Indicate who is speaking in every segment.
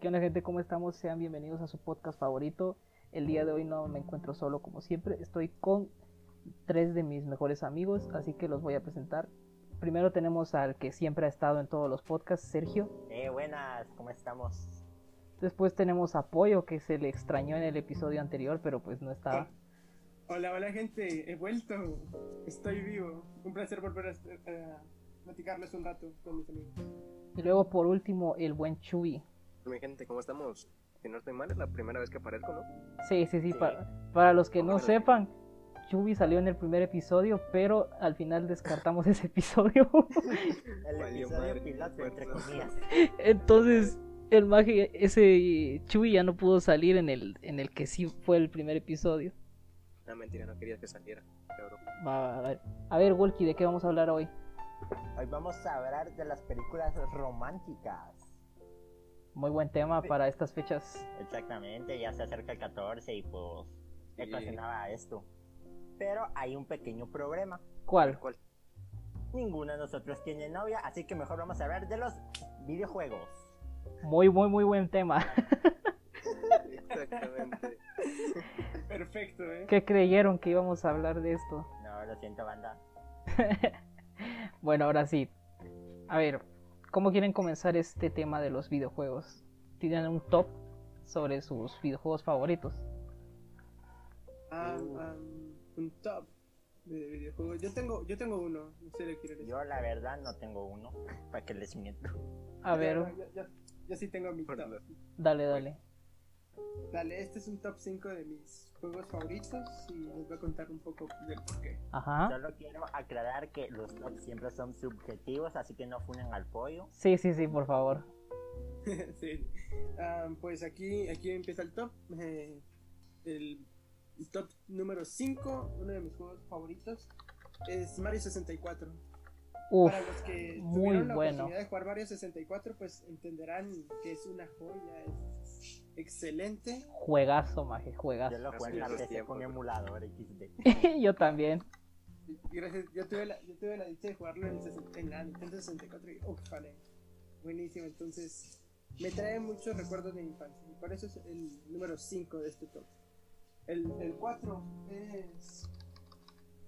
Speaker 1: ¿Qué onda gente? ¿Cómo estamos? Sean bienvenidos a su podcast favorito. El día de hoy no me encuentro solo como siempre, estoy con tres de mis mejores amigos, así que los voy a presentar. Primero tenemos al que siempre ha estado en todos los podcasts, Sergio.
Speaker 2: Eh, buenas, ¿cómo estamos?
Speaker 1: Después tenemos a Pollo, que se le extrañó en el episodio anterior, pero pues no estaba.
Speaker 3: Hola, hola gente, he vuelto, estoy vivo. Un placer volver a eh, platicarles un rato con mis amigos.
Speaker 1: Y luego por último, el buen Chuy.
Speaker 4: Mi gente, ¿cómo estamos? Si no estoy mal, es la primera vez que aparezco, ¿no?
Speaker 1: Sí, sí, sí,
Speaker 2: Sí.
Speaker 1: Para, para los que no
Speaker 4: Órale.
Speaker 1: sepan, Chubi salió en el primer episodio, pero al final descartamos ese episodio.
Speaker 2: El
Speaker 4: Valió
Speaker 2: episodio
Speaker 4: madre,
Speaker 2: piloto,
Speaker 4: fuerza.
Speaker 2: entre comillas.
Speaker 1: Entonces, el maje, ese Chuy ya no pudo salir en el, en el que sí fue el primer episodio.
Speaker 4: No, Ah, mentira, no quería que saliera. cabrón.
Speaker 1: Va, a ver, a ver Wolky, ¿de qué vamos a hablar hoy?
Speaker 2: Hoy vamos a hablar de las películas románticas.
Speaker 1: Muy buen tema para estas fechas.
Speaker 2: Exactamente, ya se acerca el 14 y pues me
Speaker 4: Sí.
Speaker 2: ocasionaba esto. Pero hay un pequeño problema.
Speaker 1: ¿Cuál?
Speaker 4: ¿Cuál?
Speaker 2: Ninguno de nosotros tiene novia, así que mejor vamos a hablar de los videojuegos.
Speaker 1: Muy, muy, muy buen tema.
Speaker 4: Exactamente.
Speaker 3: Perfecto, ¿eh?
Speaker 1: ¿Qué creyeron que íbamos a hablar de esto?
Speaker 2: No, lo siento, banda.
Speaker 1: Bueno, ahora sí. A ver, ¿cómo quieren comenzar este tema de los videojuegos? ¿Tienen un top sobre sus videojuegos favoritos?
Speaker 3: Ah, ah, un top de videojuegos. Yo tengo, yo tengo uno, no sé le quiero decir.
Speaker 2: Yo la verdad no tengo uno, para que les miento.
Speaker 1: A ver,
Speaker 3: Yo, yo- yo sí tengo mi
Speaker 4: Perdón.
Speaker 3: top.
Speaker 1: dale, dale.
Speaker 3: Dale, este es un top 5 de mis juegos favoritos y les voy a contar un poco del porqué.
Speaker 1: Ajá.
Speaker 2: Solo quiero aclarar que los tops siempre son subjetivos, así que no funen al pollo.
Speaker 1: Sí, sí, sí, por favor.
Speaker 3: sí. Ah, pues aquí, aquí empieza el top. Eh, el top número 5, uno de mis juegos favoritos, es Mario 64.
Speaker 1: Uf,
Speaker 3: Para los que
Speaker 1: muy
Speaker 3: tuvieron la
Speaker 1: bueno.
Speaker 3: oportunidad de jugar Mario 64, pues entenderán que es una joya, es excelente.
Speaker 1: juegazo, maje,
Speaker 2: Yo
Speaker 1: juegazo.
Speaker 2: lo juego en la
Speaker 4: Así es,
Speaker 2: PC
Speaker 4: tiempo,
Speaker 2: con
Speaker 4: pero-
Speaker 2: emulador XD.
Speaker 1: Yo también.
Speaker 3: Y Gracias, yo tuve la, yo tuve la dicha de jugarlo en, el 60 en la Nintendo 64 y uf, vale, buenísimo. Entonces, me trae muchos recuerdos de mi infancia y por eso es el número 5 de este top. El, el 4 es,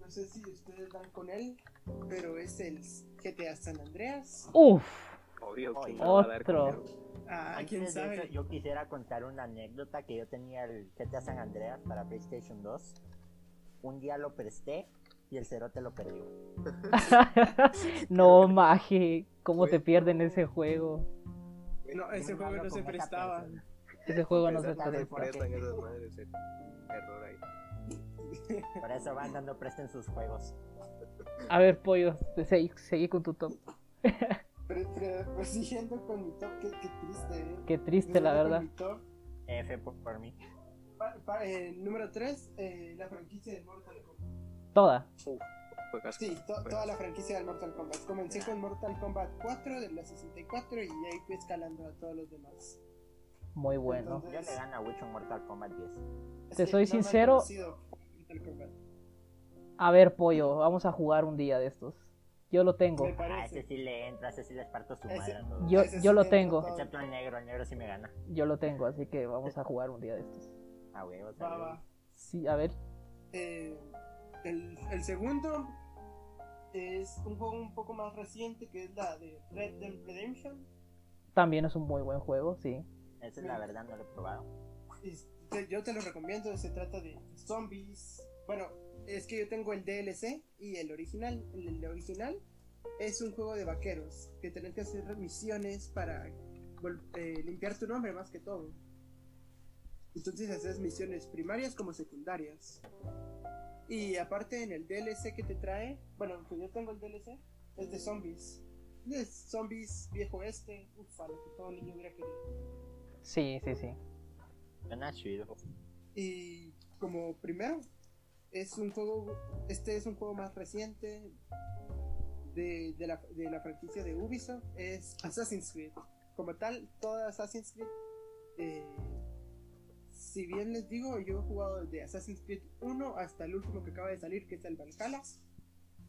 Speaker 3: no sé si ustedes van con él, pero es el GTA San Andreas.
Speaker 1: Uf,
Speaker 4: Obvio, ¿quién
Speaker 2: Otro.
Speaker 4: no va a dar con él?
Speaker 3: Ah,
Speaker 2: Antes
Speaker 3: quién
Speaker 2: de
Speaker 3: sabe.
Speaker 2: eso, yo quisiera contar una anécdota que yo tenía el GTA San Andreas para PlayStation 2. Un día lo presté y el cerote lo perdió.
Speaker 1: no, maje, cómo te
Speaker 4: Güey.
Speaker 1: pierden ese juego.
Speaker 3: No, ese
Speaker 2: Muy
Speaker 3: juego
Speaker 2: malo
Speaker 3: no se
Speaker 2: con esa
Speaker 3: prestaba.
Speaker 2: persona.
Speaker 1: Ese juego no se
Speaker 4: Pensar que
Speaker 1: puede.
Speaker 2: puede.
Speaker 4: prestan esas madres, eh. Error ahí.
Speaker 2: Por eso bandas no presten sus juegos.
Speaker 1: A ver, pollo, seguí, seguí con tu top.
Speaker 3: Pero, pero, pues siguiendo con mi top, qué, qué triste, ¿eh?
Speaker 1: Qué triste, la
Speaker 3: Siguiendo con
Speaker 1: verdad.
Speaker 3: mi top,
Speaker 2: F por, por mí.
Speaker 3: pa- pa- eh, número 3, la franquicia de Mortal Kombat.
Speaker 1: Toda.
Speaker 4: Fue casi.
Speaker 3: Sí, to- toda la franquicia del Mortal Kombat. Comencé con Mortal Kombat 4 de la 64 y ahí fui escalando a todos los demás.
Speaker 1: Muy bueno.
Speaker 2: Yo le gano a Wicho en Mortal Kombat 10.
Speaker 3: Es
Speaker 1: Te
Speaker 3: que
Speaker 1: soy
Speaker 3: no me han
Speaker 1: sincero.
Speaker 3: conocido por Mortal Kombat,
Speaker 1: A ver, pollo, vamos a jugar un día de estos. Yo lo tengo.
Speaker 3: Me
Speaker 2: A Ah, ese
Speaker 3: parece.
Speaker 2: sí le entra, a ese sí les parto su
Speaker 3: Ese-
Speaker 2: madre a todos.
Speaker 1: Yo,
Speaker 3: Ese
Speaker 1: yo
Speaker 3: sí
Speaker 1: lo
Speaker 3: me
Speaker 1: tengo,
Speaker 3: tocó.
Speaker 2: Excepto el negro, el negro sí me gana.
Speaker 1: yo lo tengo, así que vamos a jugar un día de estos.
Speaker 2: A huevos. a
Speaker 3: Va,
Speaker 2: huevos.
Speaker 3: va.
Speaker 1: Sí, a ver,
Speaker 3: Eh, el, el segundo es un juego un poco más reciente que es la de Red Dead Redemption.
Speaker 1: también es un muy buen juego, sí.
Speaker 2: Ese la verdad no lo he probado.
Speaker 3: Es- te- yo te lo recomiendo, se trata de zombies. Bueno, es que yo tengo el DLC y el original. El, el original es un juego de vaqueros que tenés que hacer misiones para vol- eh, limpiar tu nombre más que todo. Entonces haces misiones primarias como secundarias. Y aparte en el DLC que te trae, bueno, que yo tengo el DLC, es de zombies. Es zombies viejo este, ufa, lo que todo niño hubiera querido.
Speaker 1: Sí, sí, sí.
Speaker 2: Suena chido.
Speaker 3: Y como primero, es un juego, este es un juego más reciente de, de la, de la franquicia de Ubisoft, es Assassin's Creed. Como tal, toda Assassin's Creed, eh, si bien les digo, yo he jugado desde Assassin's Creed 1 hasta el último que acaba de salir, que es el Valhalla.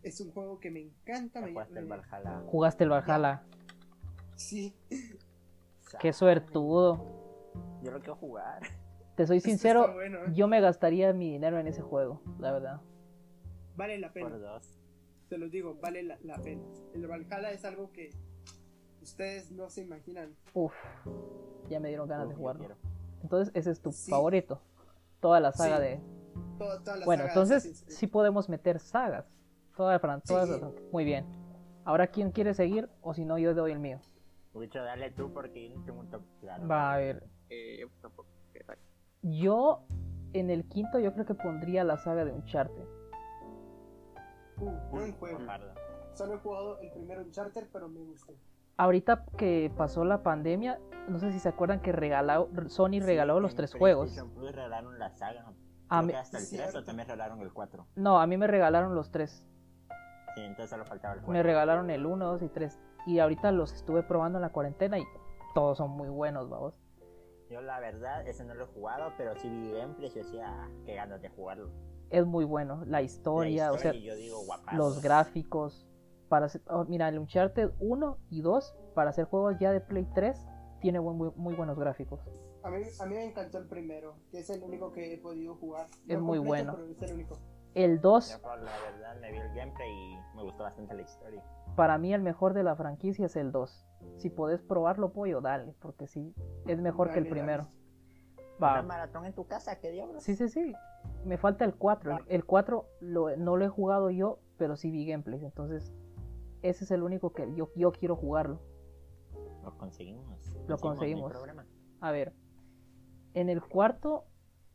Speaker 3: Es un juego que me encanta,
Speaker 2: Ya
Speaker 3: me,
Speaker 2: jugaste el
Speaker 3: me-
Speaker 2: Valhalla.
Speaker 1: Jugaste el Valhalla.
Speaker 3: Sí,
Speaker 1: Qué suertudo.
Speaker 2: Yo lo quiero jugar.
Speaker 1: Te soy
Speaker 3: Este
Speaker 1: sincero,
Speaker 3: está bueno, ¿eh?
Speaker 1: yo me gastaría mi dinero en ese juego, la verdad.
Speaker 3: Vale la pena.
Speaker 2: Por dos.
Speaker 3: Te lo digo, vale la, la pena. El Valhalla es algo que ustedes no se imaginan.
Speaker 1: Uf, ya me dieron ganas
Speaker 2: Uf,
Speaker 1: de
Speaker 2: yo
Speaker 1: jugarlo.
Speaker 2: quiero.
Speaker 1: Entonces, ese es tu
Speaker 3: Sí.
Speaker 1: favorito. Toda la saga
Speaker 3: Sí,
Speaker 1: de.
Speaker 3: Todo- toda la
Speaker 1: Bueno,
Speaker 3: saga
Speaker 1: entonces
Speaker 3: Assassin's Creed.
Speaker 1: sí podemos meter sagas. Toda la fran- todas
Speaker 3: Sí.
Speaker 1: las- Muy bien. Ahora, ¿quién quiere seguir? O si no, yo doy el mío.
Speaker 2: Wicho, dale tú porque yo no tengo un top claro.
Speaker 1: Va a ver.
Speaker 4: Eh, yo tampoco. ¿Qué tal?
Speaker 1: Yo, en el quinto, yo creo que pondría la saga de Uncharted.
Speaker 3: Uh, buen juego.
Speaker 2: Pardo.
Speaker 3: Solo he jugado el primero en Charter, pero me gustó.
Speaker 1: Ahorita que pasó la pandemia, no sé si se acuerdan que regalao- Sony regaló
Speaker 2: Sí,
Speaker 1: los
Speaker 2: en
Speaker 1: tres juegos. Ah,
Speaker 2: PlayStation Plus regalaron la saga.
Speaker 1: A
Speaker 2: Creo
Speaker 1: mí-
Speaker 2: que hasta el 3
Speaker 3: Cierto.
Speaker 2: o también regalaron el 4.
Speaker 1: no, a mí me regalaron los tres.
Speaker 2: Sí, entonces solo faltaba el 4.
Speaker 1: Me regalaron el 1, 2 y 3. Y ahorita los estuve probando en la cuarentena y todos son muy buenos, vamos.
Speaker 2: Yo la verdad, ese no lo he jugado, pero sí vi gameplays y decía, "Ah, qué ganas de jugarlo.
Speaker 1: Es muy bueno. La
Speaker 2: La
Speaker 1: historia, Oh, o sea,
Speaker 2: historia, yo digo, guapas.
Speaker 1: los gráficos. Para hacer- oh, mira, el Uncharted 1 y 2, para hacer juegos ya de Play 3, tiene buen- muy, muy buenos gráficos.
Speaker 3: A mí, a mí me encantó el primero, que es el único que he podido jugar.
Speaker 1: Es muy bueno.
Speaker 3: Pero es el único.
Speaker 1: El 2,
Speaker 2: pues, la verdad, me vi el gameplay y me gustó bastante la historia.
Speaker 1: para mí el mejor de la franquicia es el 2. Si podés probarlo, pollo, dale, porque sí, es mejor que el
Speaker 3: Dale, dale.
Speaker 1: primero.
Speaker 2: ¿Una
Speaker 1: Va.
Speaker 2: maratón en tu casa? ¿Qué diablos?
Speaker 1: Sí, sí, sí. Me falta el 4. El 4 lo, no lo he jugado yo, pero sí vi gameplays. Entonces, ese es el único que yo, yo quiero jugarlo.
Speaker 2: Lo conseguimos.
Speaker 1: Lo
Speaker 2: Lo conseguimos.
Speaker 1: conseguimos.
Speaker 2: no hay problema.
Speaker 1: A ver. En el cuarto,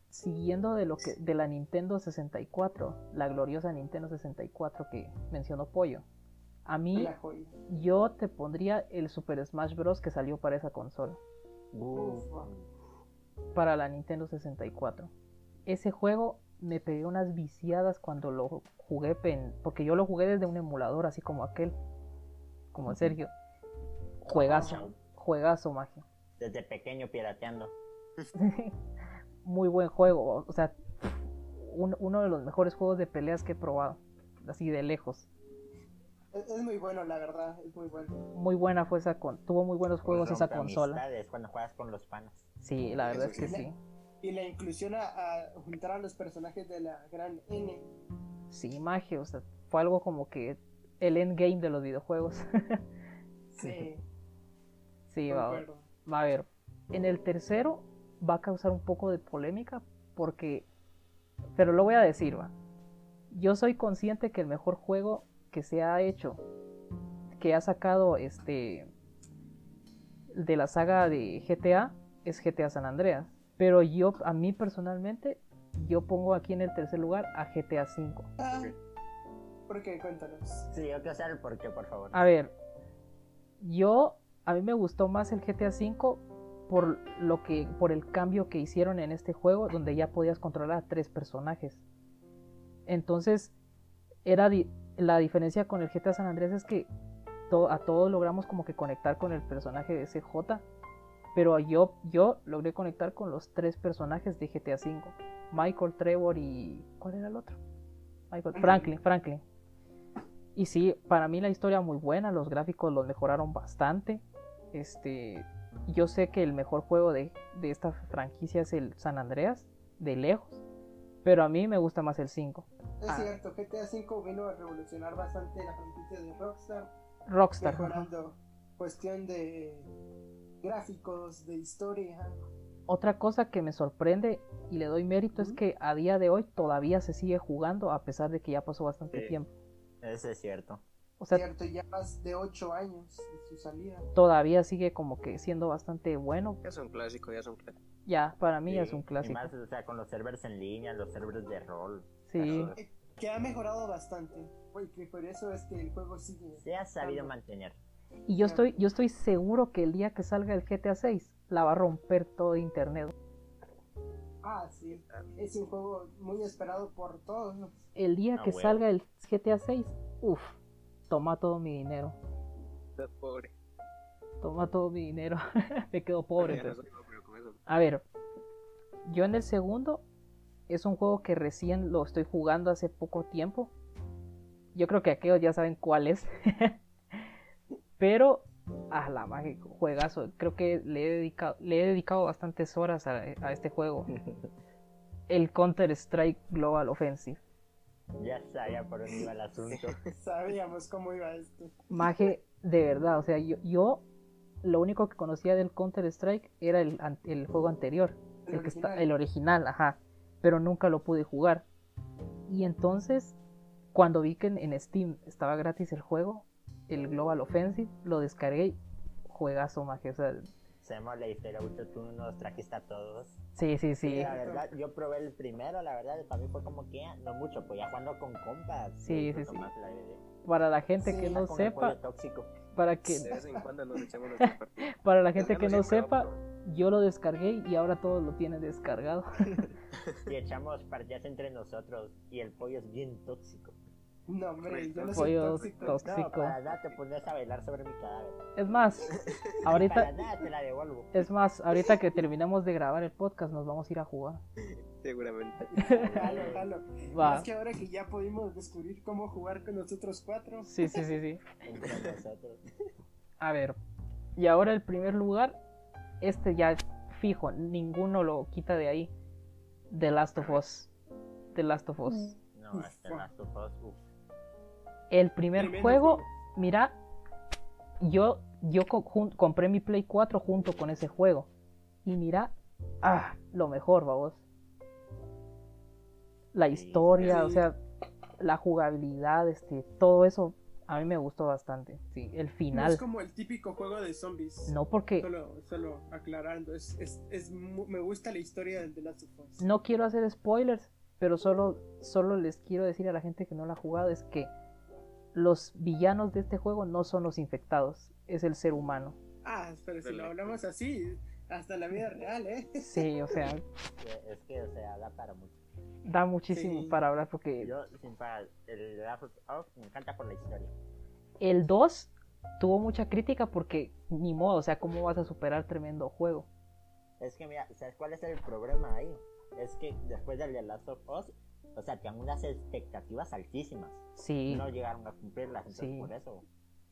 Speaker 1: siguiendo de lo que de la Nintendo 64, la gloriosa Nintendo 64 que mencionó Pollo. A mí
Speaker 3: La joya.
Speaker 1: yo te pondría el Super Smash Bros que salió para esa consola,
Speaker 3: Ufa.
Speaker 1: para la Nintendo 64. Ese juego me pegué unas viciadas cuando lo jugué pen- porque yo lo jugué desde un emulador así como aquel, como Sergio. Juegazo, juegazo magia.
Speaker 2: Desde pequeño pirateando.
Speaker 1: muy buen juego. O sea, un- uno de los mejores juegos de peleas que he probado. Así de lejos.
Speaker 3: Es, es muy bueno, la verdad, es muy bueno.
Speaker 1: Muy buena fue esa con tuvo muy buenos juegos esa
Speaker 2: Pues Rompe
Speaker 1: consola.
Speaker 2: amistades cuando juegas con los panas.
Speaker 1: Sí, la verdad es que
Speaker 3: Eso sí.
Speaker 1: sí.
Speaker 3: Y la inclusión a, a juntar a los personajes de la gran N.
Speaker 1: Sí, magia, o sea, fue algo como que el endgame de los videojuegos.
Speaker 3: Sí,
Speaker 1: sí, va, a-
Speaker 3: eh, concuerdo.
Speaker 1: va a ver. En el tercero va a causar un poco de polémica porque pero lo voy a decir, va. Yo soy consciente que el mejor juego que se ha hecho, que ha sacado este de la saga de GTA es GTA San Andreas, pero yo a mí personalmente yo pongo aquí en el tercer lugar a GTA V.
Speaker 3: Ah, ¿Por qué? Cuéntanos.
Speaker 2: Sí, yo quiero saber el por qué, por favor.
Speaker 1: A ver, yo a mí me gustó más el GTA V por lo que por el cambio que hicieron en este juego donde ya podías controlar a tres personajes. Entonces, era di- la diferencia con el GTA San Andrés es que to- a todos logramos como que conectar con el personaje de CJ, pero yo yo logré conectar con los tres personajes de GTA V, Michael, Trevor y ¿cuál era el otro? Michael Franklin, Franklin. Y sí, para mí la historia muy buena, los gráficos los mejoraron bastante. Este, yo sé que el mejor juego de, de esta franquicia es el San Andreas, de lejos, pero a mí me gusta más el 5.
Speaker 3: Es
Speaker 1: Ah.
Speaker 3: cierto, GTA V vino a revolucionar bastante la franquicia de Rockstar,
Speaker 1: Rockstar. ajá.
Speaker 3: mejorando cuestión de gráficos, de historia.
Speaker 1: Otra cosa que me sorprende y le doy mérito es
Speaker 3: Ujú.
Speaker 1: que a día de hoy todavía se sigue jugando a pesar de que ya pasó bastante
Speaker 4: Sí.
Speaker 1: tiempo.
Speaker 2: Eso es cierto.
Speaker 1: O sea,
Speaker 3: Cierto, ya más de 8 años de su salida.
Speaker 1: todavía sigue como que siendo bastante bueno.
Speaker 4: Ya son clásicos, ya son clásicos.
Speaker 1: Ya, para mí ya es
Speaker 2: Sí,
Speaker 1: un
Speaker 2: Y
Speaker 1: clásico.
Speaker 2: más, o sea, con los servers en línea, los servers de rol.
Speaker 1: Sí.
Speaker 2: Claro.
Speaker 3: Que ha mejorado bastante. Y que por eso es que el juego sigue.
Speaker 2: Se ha sabido
Speaker 3: Claro.
Speaker 2: mantener.
Speaker 1: Y yo estoy, yo estoy seguro que el día que salga el GTA 6 la va a romper todo internet.
Speaker 3: Ah, sí. Es un juego muy esperado por todos. ¿no?
Speaker 1: El día
Speaker 2: Ah,
Speaker 1: que
Speaker 2: huevo.
Speaker 1: salga el GTA 6, uff, toma todo mi dinero.
Speaker 4: Estás pobre.
Speaker 1: Toma todo mi dinero. Me quedo
Speaker 4: Pobre.
Speaker 1: pobre. pues.
Speaker 4: Ya no
Speaker 1: pero-
Speaker 4: soy pobre con eso.
Speaker 1: A ver, yo en el segundo es un juego que recién lo estoy jugando hace poco tiempo. Yo creo que aquellos ya saben cuál es. Pero Ah, la magia, juegazo. Creo que le he dedicado, le he dedicado bastantes horas a, a este juego. El Counter-Strike Global Offensive.
Speaker 2: Ya sabía por dónde iba el asunto.
Speaker 3: Sabíamos cómo iba esto.
Speaker 1: Maje, de verdad, o sea, yo, yo lo único que conocía del Counter-Strike era el, an- el juego anterior, el, que está, el original, ajá, pero nunca lo pude jugar. Y entonces, cuando vi que en, en Steam estaba gratis el juego, el Global Offensive, lo descargué y juegazo, maje, o sea,
Speaker 2: Sabemos la historia, Augusto, tú nos trajiste a todos.
Speaker 1: sí, sí, sí,
Speaker 2: La verdad, yo probé el primero, la verdad, para mí fue como que ah, no mucho, pues ya jugando con compas.
Speaker 1: Sí, sí,
Speaker 2: disfruto
Speaker 1: sí.
Speaker 2: más la idea.
Speaker 1: para la gente
Speaker 3: Sí,
Speaker 1: que
Speaker 2: Ya
Speaker 1: no
Speaker 2: con el pollo
Speaker 1: sepa,
Speaker 2: tóxico.
Speaker 1: para
Speaker 4: De
Speaker 1: que,
Speaker 4: vez en cuando nos echamos nuestra partida.
Speaker 1: para la gente
Speaker 4: Nos
Speaker 1: que no
Speaker 4: ganamos siempre,
Speaker 1: sepa,
Speaker 4: vamos,
Speaker 1: yo lo descargué y ahora todos lo tienen descargado.
Speaker 2: Y echamos partidas entre nosotros y el pollo es bien tóxico.
Speaker 3: No, hombre, yo no soy
Speaker 1: Pollo
Speaker 3: tóxico.
Speaker 2: No,
Speaker 1: tóxico.
Speaker 2: para nada te pones a bailar sobre mi cadáver.
Speaker 1: Es más, ahorita,
Speaker 2: Para nada te la devuelvo.
Speaker 1: Es más, ahorita que terminemos de grabar el podcast, nos vamos a ir a jugar.
Speaker 4: Seguramente.
Speaker 3: Jalo, jalo.
Speaker 1: Va.
Speaker 3: Más que ahora que ya pudimos descubrir cómo jugar con nosotros cuatro.
Speaker 1: Sí, sí, sí, sí.
Speaker 2: Entre nosotros.
Speaker 1: A ver. Y ahora el primer lugar, este ya fijo, ninguno lo quita de ahí. The Last of Us. The Last of Us.
Speaker 2: No, hasta las sopas, uf.
Speaker 1: El primer
Speaker 3: Tremendo
Speaker 1: juego, mira, yo, yo co- jun- compré mi Play 4 junto con ese juego. Y mira, ah, lo mejor, vamos. La
Speaker 2: Sí,
Speaker 1: historia, o
Speaker 3: sí.
Speaker 1: sea, la jugabilidad, este, todo eso, a mí me gustó bastante. Sí, el
Speaker 3: No
Speaker 1: final.
Speaker 3: es como el típico juego de zombies.
Speaker 1: No porque
Speaker 3: Solo, solo aclarando, es, es, es mu- me gusta la historia del The Last of Us.
Speaker 1: no quiero hacer spoilers, pero solo, solo les quiero decir a la gente que no la ha jugado es que los villanos de este juego no son los infectados, es el ser humano.
Speaker 3: Ah, pero si lo
Speaker 4: Dale.
Speaker 3: hablamos así, hasta la vida real, ¿eh?
Speaker 1: Sí, o sea,
Speaker 2: Es que, o sea, da para mucho.
Speaker 1: da muchísimo
Speaker 3: Sí.
Speaker 1: para hablar porque
Speaker 2: Yo, sin parar, el Last of Us me encanta por la historia.
Speaker 1: el 2 tuvo mucha crítica porque ni modo, o sea, ¿cómo vas a superar tremendo juego?
Speaker 2: Es que, mira, ¿sabes cuál es el problema ahí? Es que después del The Last of Us, o sea, tenían unas expectativas altísimas.
Speaker 1: Sí,
Speaker 2: No llegaron a cumplirlas, entonces
Speaker 1: Sí.
Speaker 2: por eso.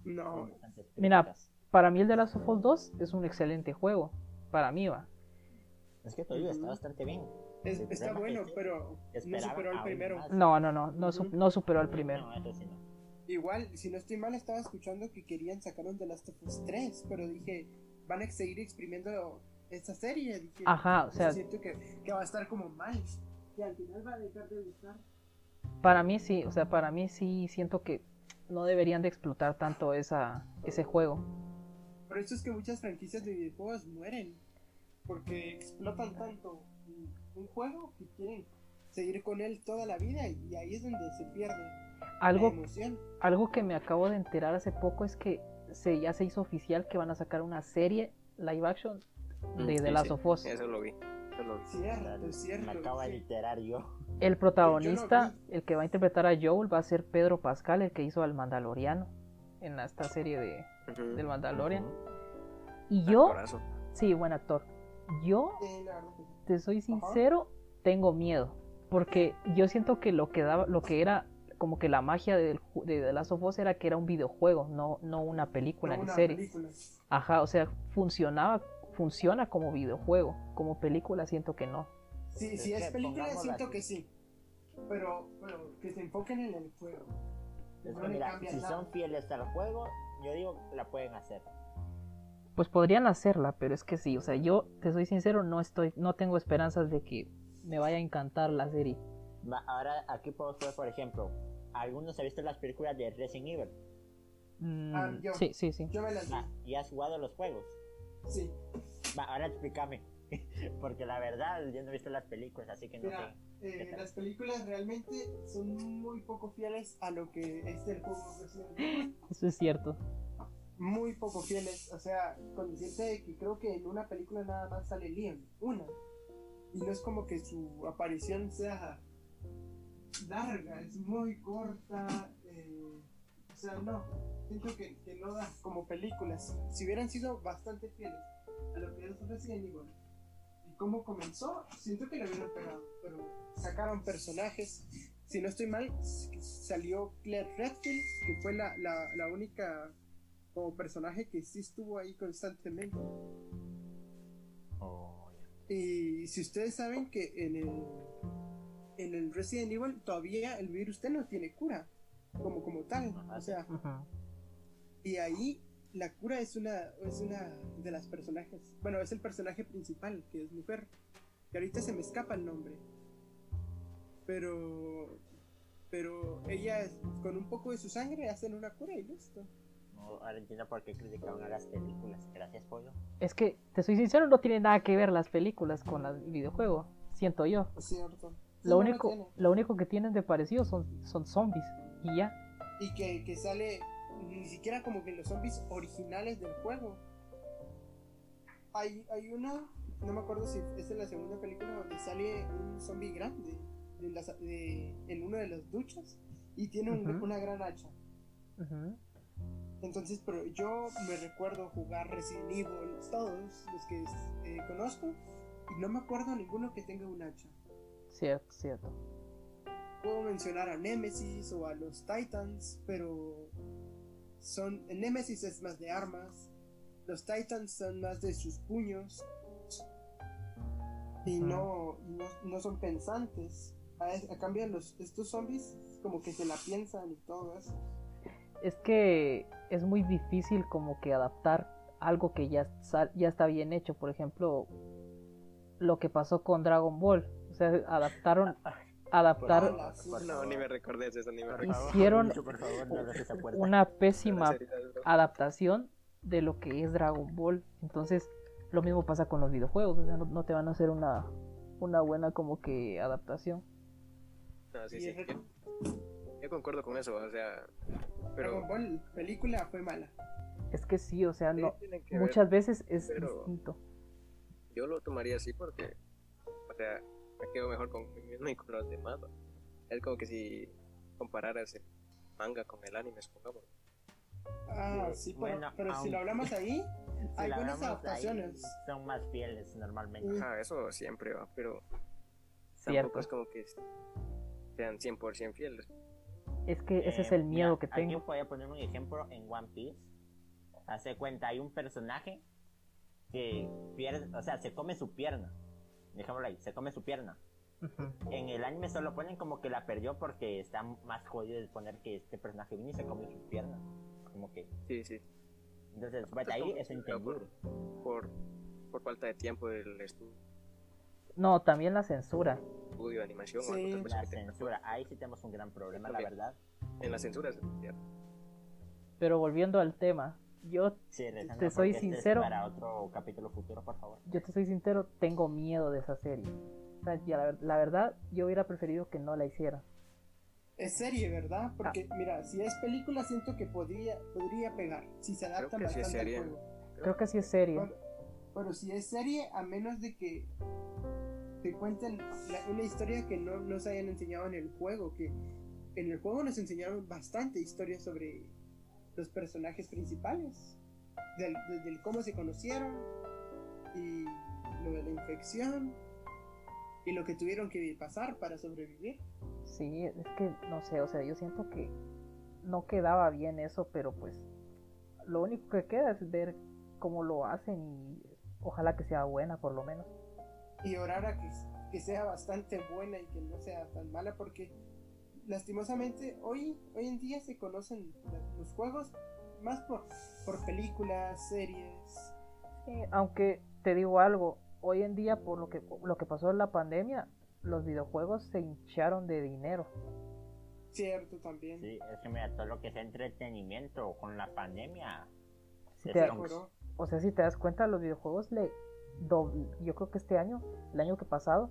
Speaker 2: son
Speaker 3: No,
Speaker 2: bastantes
Speaker 1: Mira.
Speaker 2: críticas.
Speaker 1: para mí el de Last of Us 2 es un excelente juego, para mí va.
Speaker 2: Es que te digo, está
Speaker 3: Ujú.
Speaker 2: bastante bien.
Speaker 3: es-
Speaker 1: Pues,
Speaker 2: El
Speaker 3: está
Speaker 2: problema
Speaker 3: bueno,
Speaker 2: es que
Speaker 3: pero no
Speaker 2: Esperaban
Speaker 3: superó el
Speaker 2: aún
Speaker 3: primero.
Speaker 2: más.
Speaker 1: No, no, no, no, su-
Speaker 3: Ujú.
Speaker 1: no superó al primero.
Speaker 2: No, eso sí no.
Speaker 3: Igual, si no estoy mal, estaba escuchando que querían sacar un The Last of Us 3, pero dije, van a seguir exprimiendo esta serie. Dije,
Speaker 1: Ajá, o sea,
Speaker 3: siento que, que va a estar como mal. Y al final va a dejar de gustar.
Speaker 1: para mí sí, o sea, para mí sí siento que no deberían de explotar tanto esa, ese juego.
Speaker 3: Por eso es que muchas franquicias de videojuegos mueren. Porque explotan tanto un- un juego que quieren seguir con él toda la vida y y ahí es donde se pierde la
Speaker 1: Algo,
Speaker 3: emoción.
Speaker 1: algo que me acabo de enterar hace poco es que se, ya se hizo oficial que van a sacar una serie live action de
Speaker 4: Mm, Sí,
Speaker 1: The Last
Speaker 4: sí,
Speaker 1: of Us.
Speaker 4: Eso lo vi. Eso lo vi.
Speaker 3: Cierto,
Speaker 2: Me
Speaker 3: Ah, cierto.
Speaker 2: acabo de
Speaker 3: sí.
Speaker 2: literar yo.
Speaker 1: El protagonista,
Speaker 3: Yo lo
Speaker 1: el que va a interpretar a Joel, va a ser Pedro Pascal, el que hizo al Mandaloriano en la- esta serie de,
Speaker 4: Ujú. Ah,
Speaker 1: del Mandalorian.
Speaker 2: Ujú.
Speaker 1: Y yo,
Speaker 4: Actorazo.
Speaker 1: sí, buen actor. Yo,
Speaker 3: Sí, la verdad que sí.
Speaker 1: te soy sincero, tengo miedo. Porque yo siento que lo que daba, lo que era como que la magia del ju- de The Last of Us era que era un videojuego, no, no una película
Speaker 3: No,
Speaker 1: ni
Speaker 3: una
Speaker 1: serie.
Speaker 3: película.
Speaker 1: Ajá, o sea, funcionaba, funciona como videojuego, como película siento que no.
Speaker 3: Sí,
Speaker 2: Es
Speaker 3: si es
Speaker 2: que
Speaker 3: película,
Speaker 2: pongámosla
Speaker 3: siento
Speaker 2: así.
Speaker 3: que sí. Pero, pero que se enfoquen en el juego.
Speaker 2: Es
Speaker 3: No
Speaker 2: que,
Speaker 3: le
Speaker 2: mira,
Speaker 3: cambias
Speaker 2: si
Speaker 3: nada.
Speaker 2: son fieles al juego, yo digo, la pueden hacer.
Speaker 1: Pues podrían hacerla, pero es que sí, o sea, yo te soy sincero, no estoy, no tengo esperanzas de que me vaya a encantar la serie.
Speaker 2: Va, Ahora, aquí podemos ver, por ejemplo, algunos han visto las películas de Resident Evil.
Speaker 1: Mm,
Speaker 3: Ah, yo.
Speaker 1: sí, sí, sí.
Speaker 3: Yo me las vi.
Speaker 2: Va, y has jugado los juegos.
Speaker 3: Sí.
Speaker 2: Va, ahora explícame. Porque la verdad, yo no he visto las películas, así que no
Speaker 3: Mira,
Speaker 2: sé.
Speaker 3: eh,
Speaker 2: tal?
Speaker 3: las películas realmente son muy poco fieles a lo que es el juego Resident Evil.
Speaker 1: Eso es cierto.
Speaker 3: Muy poco fieles. O sea, con decirte de que creo que en una película nada más sale Liam. Una. Y no es como que su aparición sea larga, es muy corta. eh, o sea, no. Siento que, que no da como películas. Si hubieran sido bastante fieles a lo que es Resident Evil y cómo comenzó, siento que le hubieran pegado. Pero sacaron personajes. Si no estoy mal, s- salió Claire Redfield, que fue la, la, la única como personaje que sí estuvo ahí constantemente.
Speaker 2: Oh, ya.
Speaker 3: Y si ustedes saben que en el, en el Resident Evil todavía el virus T no tiene cura, como, como tal.
Speaker 2: Ajá.
Speaker 3: O sea,
Speaker 1: Ujú.
Speaker 3: y ahí la cura es una, es una de las personajes. Bueno, es el personaje principal, que es mujer. Que ahorita se me escapa el nombre. Pero. Pero ella, es- con un poco de su sangre, hacen una cura y listo.
Speaker 2: No, ahora entiendo por qué criticaron a las películas. Gracias, pollo.
Speaker 1: Es que, te soy sincero, no tiene nada que ver las películas con el videojuego, siento yo.
Speaker 3: Es cierto.
Speaker 1: Lo
Speaker 3: Sí, no
Speaker 1: único,
Speaker 3: tiene.
Speaker 1: lo único que tienen de parecido son, son zombies y ya.
Speaker 3: Y que, que sale ni siquiera como que los zombies originales del juego. Hay, hay una, no me acuerdo si es en la segunda película donde sale un zombie grande de las- de- en una de las duchas y tiene un-
Speaker 1: Ujú.
Speaker 3: una gran hacha.
Speaker 1: Ujú.
Speaker 3: Entonces, pero yo me recuerdo jugar Resident Evil, todos los que eh, conozco, y no me acuerdo ninguno que tenga un hacha.
Speaker 1: Cierto, cierto.
Speaker 3: puedo mencionar a Nemesis o a los Titans, pero son Nemesis es más de armas, los Titans son más de sus puños y
Speaker 1: Ujú.
Speaker 3: no, y no, no son pensantes. A, es- a cambio los estos zombies como que se la piensan y todo eso.
Speaker 1: Es que es muy difícil como que adaptar algo que ya, sa- ya está bien hecho. Por ejemplo, lo que pasó con Dragon Ball. O sea, adaptaron, adaptaron
Speaker 3: Hola, sí.
Speaker 2: por
Speaker 4: No,
Speaker 2: favor.
Speaker 4: ni me recordes eso, ni me
Speaker 2: Por
Speaker 4: recordes.
Speaker 2: favor,
Speaker 1: Hicieron
Speaker 2: Lucho, por favor, no hagas esa puerta.
Speaker 1: una pésima
Speaker 4: Gracias, bro.
Speaker 1: adaptación de lo que es Dragon Ball. Entonces, lo mismo pasa con los videojuegos. O sea, no, no te van a hacer una, una buena como que adaptación.
Speaker 4: No, sí,
Speaker 3: Y
Speaker 4: sí.
Speaker 3: es rec-
Speaker 4: Yo, yo concuerdo con eso, o sea, pero
Speaker 3: Dragon Ball película fue mala.
Speaker 1: Es que sí, o sea,
Speaker 4: sí
Speaker 1: no,
Speaker 4: tienen que ver.
Speaker 1: muchas veces es
Speaker 4: pero-
Speaker 1: distinto.
Speaker 4: yo lo tomaría así porque, o sea, me quedo mejor con mí mismo y con los demás. ¿va? Es como que si compararas el manga con el anime, supongamos.
Speaker 3: Ah, sí, pero,
Speaker 2: Bueno,
Speaker 3: pero si
Speaker 2: aunque-
Speaker 3: lo hablamos ahí,
Speaker 2: Si
Speaker 3: hay
Speaker 2: la
Speaker 3: buenas
Speaker 2: hablamos ahí,
Speaker 3: adaptaciones.
Speaker 2: son más fieles normalmente.
Speaker 3: Mm.
Speaker 4: Ah, eso siempre va, pero
Speaker 1: Cierto.
Speaker 4: tampoco es como que sean 100% fieles.
Speaker 1: Es que ese
Speaker 2: Eh,
Speaker 1: es el
Speaker 2: mira,
Speaker 1: miedo que
Speaker 2: Aquí
Speaker 1: tengo.
Speaker 2: voy a poner un ejemplo en One Piece. Hace cuenta, hay un personaje que pierde, o sea, se come su pierna. Dejémoslo ahí, se come su pierna.
Speaker 1: Ujú.
Speaker 2: En el anime solo ponen como que la perdió porque está más jodido de poner que este personaje vino y se comió su pierna. Como que.
Speaker 4: Sí, sí,
Speaker 2: Entonces, bueno, ahí es entendible.
Speaker 4: por, por falta de tiempo del estu-
Speaker 1: No, también la censura.
Speaker 4: estudio de animación o
Speaker 3: Sí,
Speaker 4: alguna cosa
Speaker 2: La
Speaker 4: que tenga.
Speaker 2: censura, ahí sí tenemos un gran problema, la
Speaker 4: También.
Speaker 2: verdad.
Speaker 4: En las censuras, ya.
Speaker 1: Pero volviendo al tema, yo,
Speaker 2: Sí, Alejandro,
Speaker 1: Te soy
Speaker 2: porque este es
Speaker 1: sincero.
Speaker 2: para otro capítulo futuro, por favor.
Speaker 1: yo te soy sincero, tengo miedo de esa serie. O sea, ya la, ver- la verdad, yo hubiera preferido que no la hiciera.
Speaker 3: Es serie, ¿verdad? Porque, mira, si es película, siento que podría, podría pegar. Si se adaptan
Speaker 4: que
Speaker 3: bastante
Speaker 4: sí es serie.
Speaker 3: al juego.
Speaker 1: Creo que sí es serie.
Speaker 3: Pero, pero si es serie, a menos de que te cuenten la- una historia que no nos hayan enseñado en el juego, que en el juego nos enseñaron bastante historia sobre los personajes principales, del, del- del cómo se conocieron y lo de la infección y lo que tuvieron que pasar para sobrevivir.
Speaker 1: Sí, es que no sé, o sea, yo siento que no quedaba bien eso, pero pues lo único que queda es ver cómo lo hacen y ojalá que sea buena por lo menos.
Speaker 3: y orar a que, que sea bastante buena y que no sea tan mala porque lastimosamente hoy hoy en día se conocen la- los juegos más por, por películas, series.
Speaker 1: Sí, Eh, aunque te digo algo, hoy en día por lo que, lo que pasó en la pandemia, los videojuegos se hincharon de dinero.
Speaker 3: Cierto también.
Speaker 2: Sí, es que mira, todo lo que es entretenimiento con la pandemia.
Speaker 1: Si
Speaker 2: se
Speaker 1: te-
Speaker 2: fueron
Speaker 3: Mejoró.
Speaker 1: o sea, si te das cuenta, los videojuegos le dobl- yo creo que este año, el año que pasado,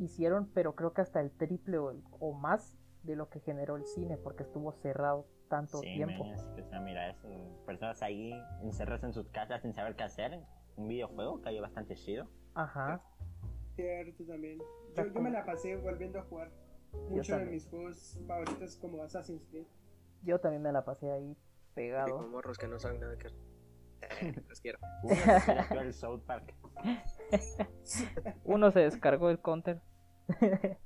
Speaker 1: hicieron, pero creo que hasta el triple o, o más de lo que generó el cine, porque estuvo cerrado tanto
Speaker 2: Sí,
Speaker 1: tiempo.
Speaker 2: men, es que, o sea, mira, eso, personas ahí encerradas en sus casas sin saber qué hacer. Un videojuego cayó bastante chido.
Speaker 1: Ajá.
Speaker 3: Cierto también. Yo,
Speaker 1: Está
Speaker 3: yo me
Speaker 1: como-
Speaker 3: la pasé volviendo a jugar muchos de
Speaker 1: también.
Speaker 3: mis juegos favoritos como Assassin's Creed.
Speaker 1: Yo también me la pasé ahí pegado.
Speaker 4: Como morros que no saben nada que hacer. Los quiero.
Speaker 2: Uno se metió el South Park.
Speaker 1: Uno se descargó el counter.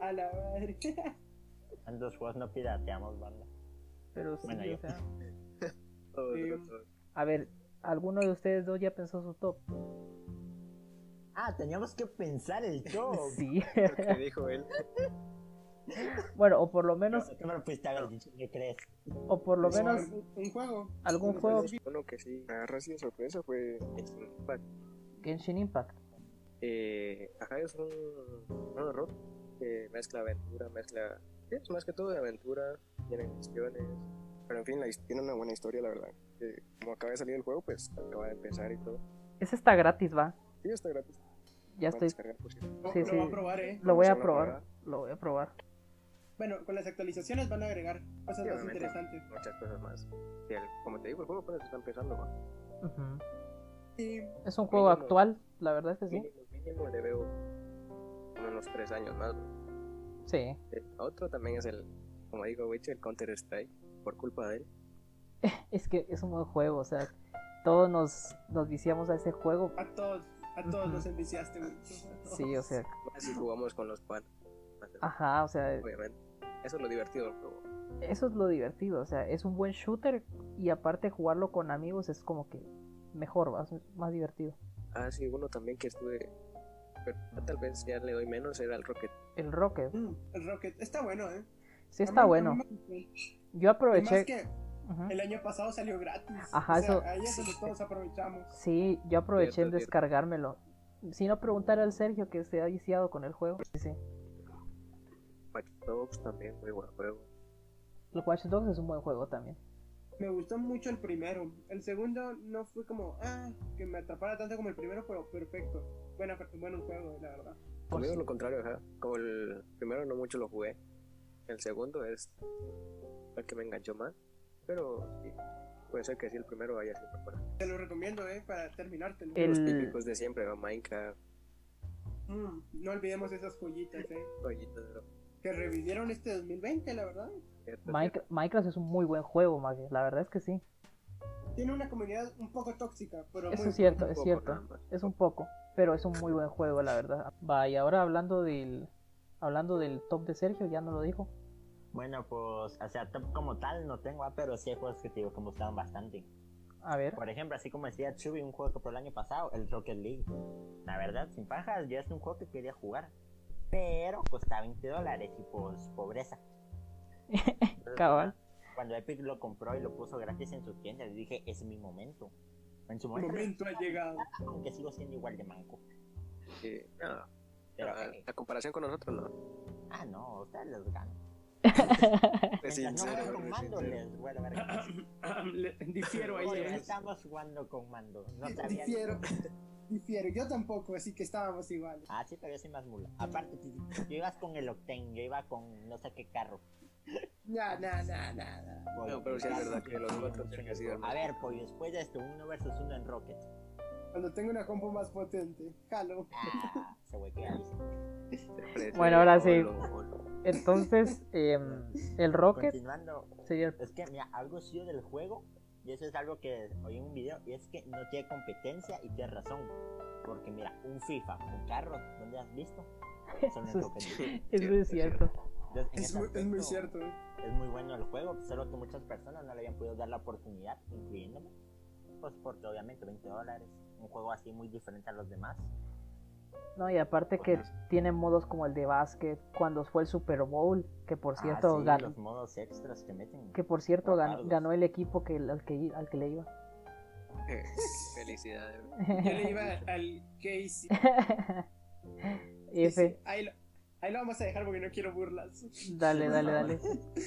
Speaker 3: A la madre.
Speaker 2: En los juegos no pirateamos, banda.
Speaker 1: Pero sí,
Speaker 2: Bueno, yo.
Speaker 1: o sea,
Speaker 4: todo,
Speaker 3: Eh,
Speaker 4: todo, todo.
Speaker 1: A ver, ¿alguno de ustedes dos ya pensó su top?
Speaker 2: Ah, teníamos que pensar el top.
Speaker 1: Sí.
Speaker 4: lo que dijo él.
Speaker 1: bueno, o por lo menos,
Speaker 2: ¿Qué me lo fuiste a haber dicho? ¿Qué crees?
Speaker 1: o por lo
Speaker 3: Sí,
Speaker 1: menos
Speaker 3: un- un juego.
Speaker 1: algún
Speaker 3: Uno
Speaker 1: juego
Speaker 3: específico.
Speaker 4: Uno que sí me agarró así de sorpresa fue Genshin Impact.
Speaker 1: Genshin Impact.
Speaker 4: Eh, ajá, es un, un horror que mezcla aventura, mezcla. sí, Es más que todo de aventura, tiene misiones. Pero en fin, la, his- tiene una buena historia, la verdad. Que como acaba de salir el juego, pues acaba de empezar y todo.
Speaker 1: Ese está gratis, va.
Speaker 4: Sí, está gratis.
Speaker 1: Ya
Speaker 4: Lo pueden
Speaker 1: estoy.
Speaker 4: descargar, por cierto.
Speaker 3: Lo-
Speaker 1: Sí,
Speaker 3: lo
Speaker 1: sí.
Speaker 3: va a probar, ¿eh?
Speaker 1: Lo voy a
Speaker 4: Vamos a la
Speaker 1: probar.
Speaker 4: parada.
Speaker 1: Lo voy a probar.
Speaker 3: Bueno, con las actualizaciones van a agregar cosas
Speaker 4: Sí,
Speaker 3: más
Speaker 4: obviamente.
Speaker 3: interesantes.
Speaker 4: Muchas cosas más. Y el- como te digo, el juego apenas está empezando. va.
Speaker 1: Ujú.
Speaker 3: Y
Speaker 1: Es un juego
Speaker 4: Mínimo.
Speaker 1: actual, la verdad es que sí.
Speaker 4: Mínimo, mínimo le veo como unos tres años más.
Speaker 1: Sí.
Speaker 4: Eh, Otro también es el, como digo, Witcher, el Counter Strike, por culpa de él.
Speaker 1: Es que es un buen juego, o sea, todos nos, nos viciamos a ese juego.
Speaker 3: a todos, a todos
Speaker 1: Ujú.
Speaker 3: los enviciaste, güey.
Speaker 1: Sí, o sea,
Speaker 4: Más si jugamos con los panas,
Speaker 1: ajá, o sea,
Speaker 4: obviamente. Eso es lo divertido del juego.
Speaker 1: eso es lo divertido, o sea, es un buen shooter y aparte jugarlo con amigos es como que mejor, más, más divertido.
Speaker 4: Ah, sí, uno también que estuve, pero tal vez ya le doy menos, era el Rocket.
Speaker 1: El Rocket,
Speaker 3: Mm, el Rocket está bueno, ¿eh?
Speaker 1: sí
Speaker 3: A mí- a
Speaker 1: está
Speaker 3: mí
Speaker 1: bueno.
Speaker 3: me gustó. Y
Speaker 1: Yo
Speaker 3: Más
Speaker 1: aproveché.
Speaker 3: que
Speaker 1: Ujú.
Speaker 3: el año pasado salió gratis.
Speaker 1: Ajá,
Speaker 3: o sea,
Speaker 1: eso-
Speaker 3: Ahí es donde todos aprovechamos.
Speaker 1: Sí, yo aproveché en
Speaker 4: Cierto, cierto.
Speaker 1: descargármelo. Si no, preguntar al Sergio que se ha viciado con el juego. Sí, sí.
Speaker 4: Watch Dogs también, muy buen juego.
Speaker 1: El Watch Dogs es un buen juego también.
Speaker 3: Me gustó mucho el primero. El segundo no fue como, ah, que me atrapara tanto como el primero, pero perfecto. Bueno, bueno juego, eh, la verdad.
Speaker 1: Por
Speaker 4: Conmigo
Speaker 1: si-
Speaker 4: lo contrario, ajá. Como el primero no mucho lo jugué. El segundo es el que me enganchó más. Pero sí, puede ser que sí, el primero vaya siempre por
Speaker 3: Te lo recomiendo, ¿eh? Para terminártelo.
Speaker 4: Los
Speaker 1: El-
Speaker 4: típicos de siempre, ¿no? Minecraft,
Speaker 3: Mm, no olvidemos esas joyitas, ¿eh?
Speaker 4: rollitos, ¿no?
Speaker 3: Que revivieron este 2020, la verdad.
Speaker 4: Cierto,
Speaker 1: Minec- Minecraft es un muy buen juego, Mague. La verdad es que sí.
Speaker 3: Tiene una comunidad un poco tóxica, pero
Speaker 1: Eso
Speaker 3: muy
Speaker 1: es cierto,
Speaker 4: un
Speaker 1: es
Speaker 4: poco
Speaker 1: cierto.
Speaker 4: nada más.
Speaker 1: Es un poco, pero es un muy buen juego, la verdad. Va, y ahora hablando del, hablando del top de Sergio, ya no lo dijo.
Speaker 2: Bueno, pues, o sea, top como tal no tengo, ah, pero sí hay juegos que te digo que me gustaban bastante.
Speaker 1: A ver,
Speaker 2: Por ejemplo, así como decía Chubby, un juego que por el año pasado, el Rocket League. La verdad, sin pajas, ya es un juego que quería jugar. Pero costaba 20 dólares y pues pobreza. Entonces,
Speaker 1: cabal.
Speaker 2: Cuando Epic lo compró y lo puso gratis en sus tiendas, dije, es mi momento. En su
Speaker 3: El
Speaker 2: momento,
Speaker 3: momento ha llegado.
Speaker 2: aunque sigo siendo igual de manco.
Speaker 4: Sí, no,
Speaker 2: Pero,
Speaker 4: no,
Speaker 2: eh,
Speaker 4: la comparación con nosotros no.
Speaker 2: ah, no, ustedes les gano.
Speaker 4: Es
Speaker 2: Mientras no
Speaker 4: sincero,
Speaker 2: jueguen con
Speaker 4: es
Speaker 2: mando,
Speaker 4: sincero.
Speaker 2: les vuelvo a ver.
Speaker 3: Le- difiero ahí,
Speaker 2: Hoy no
Speaker 3: ¿eh?
Speaker 2: estamos jugando con mando. No sabía.
Speaker 3: Difiero. Difiero. Yo tampoco, así que estábamos iguales.
Speaker 2: Ah, sí, pero yo soy más mula. Aparte, tú- tú ibas con el Octane, yo iba con no sé qué carro.
Speaker 3: Nah, nah, nah, nah, nah.
Speaker 4: No, pero sí es verdad que los cuatro tienen que ser
Speaker 2: A ver, pues después de esto, uno versus uno en Rocket.
Speaker 3: Cuando tengo una compu más potente, jalo.
Speaker 2: Ah, se huequea, dice.
Speaker 4: Siempre es
Speaker 1: Bueno, ahora sí.
Speaker 4: olo, olo.
Speaker 1: Entonces, em, el Rocket
Speaker 2: Continuando,
Speaker 1: sería el-
Speaker 2: es que mira, algo chido del juego, y eso es algo que oí en un video, y es que no tiene competencia y tiene razón. Porque mira, un FIFA, un carro, ¿dónde has visto? Son en
Speaker 1: Eso es-
Speaker 2: Rocket League.
Speaker 1: es muy cierto.
Speaker 2: Entonces, en
Speaker 3: Es
Speaker 2: ese
Speaker 3: muy, es muy
Speaker 2: aspecto,
Speaker 3: cierto. ¿eh?
Speaker 2: es muy bueno el juego, solo que muchas personas no le habían podido dar la oportunidad, incluyéndome. Pues porque obviamente 20 dólares, un juego así muy diferente a los demás.
Speaker 1: No, y aparte que tiene modos como el de básquet, cuando fue el Super Bowl, que por
Speaker 2: Ah,
Speaker 1: cierto
Speaker 2: sí,
Speaker 1: ganó,
Speaker 2: los modos extras que meten.
Speaker 1: que por cierto gan-
Speaker 2: Guardados.
Speaker 1: ganó el equipo que al que i- al que le iba.
Speaker 4: Eh, Felicidades.
Speaker 3: Yo le iba al Casey.
Speaker 1: F,
Speaker 3: Ahí lo, ahí lo vamos a dejar porque no quiero burlas.
Speaker 1: dale,
Speaker 2: por
Speaker 1: dale,
Speaker 2: favor.
Speaker 1: dale.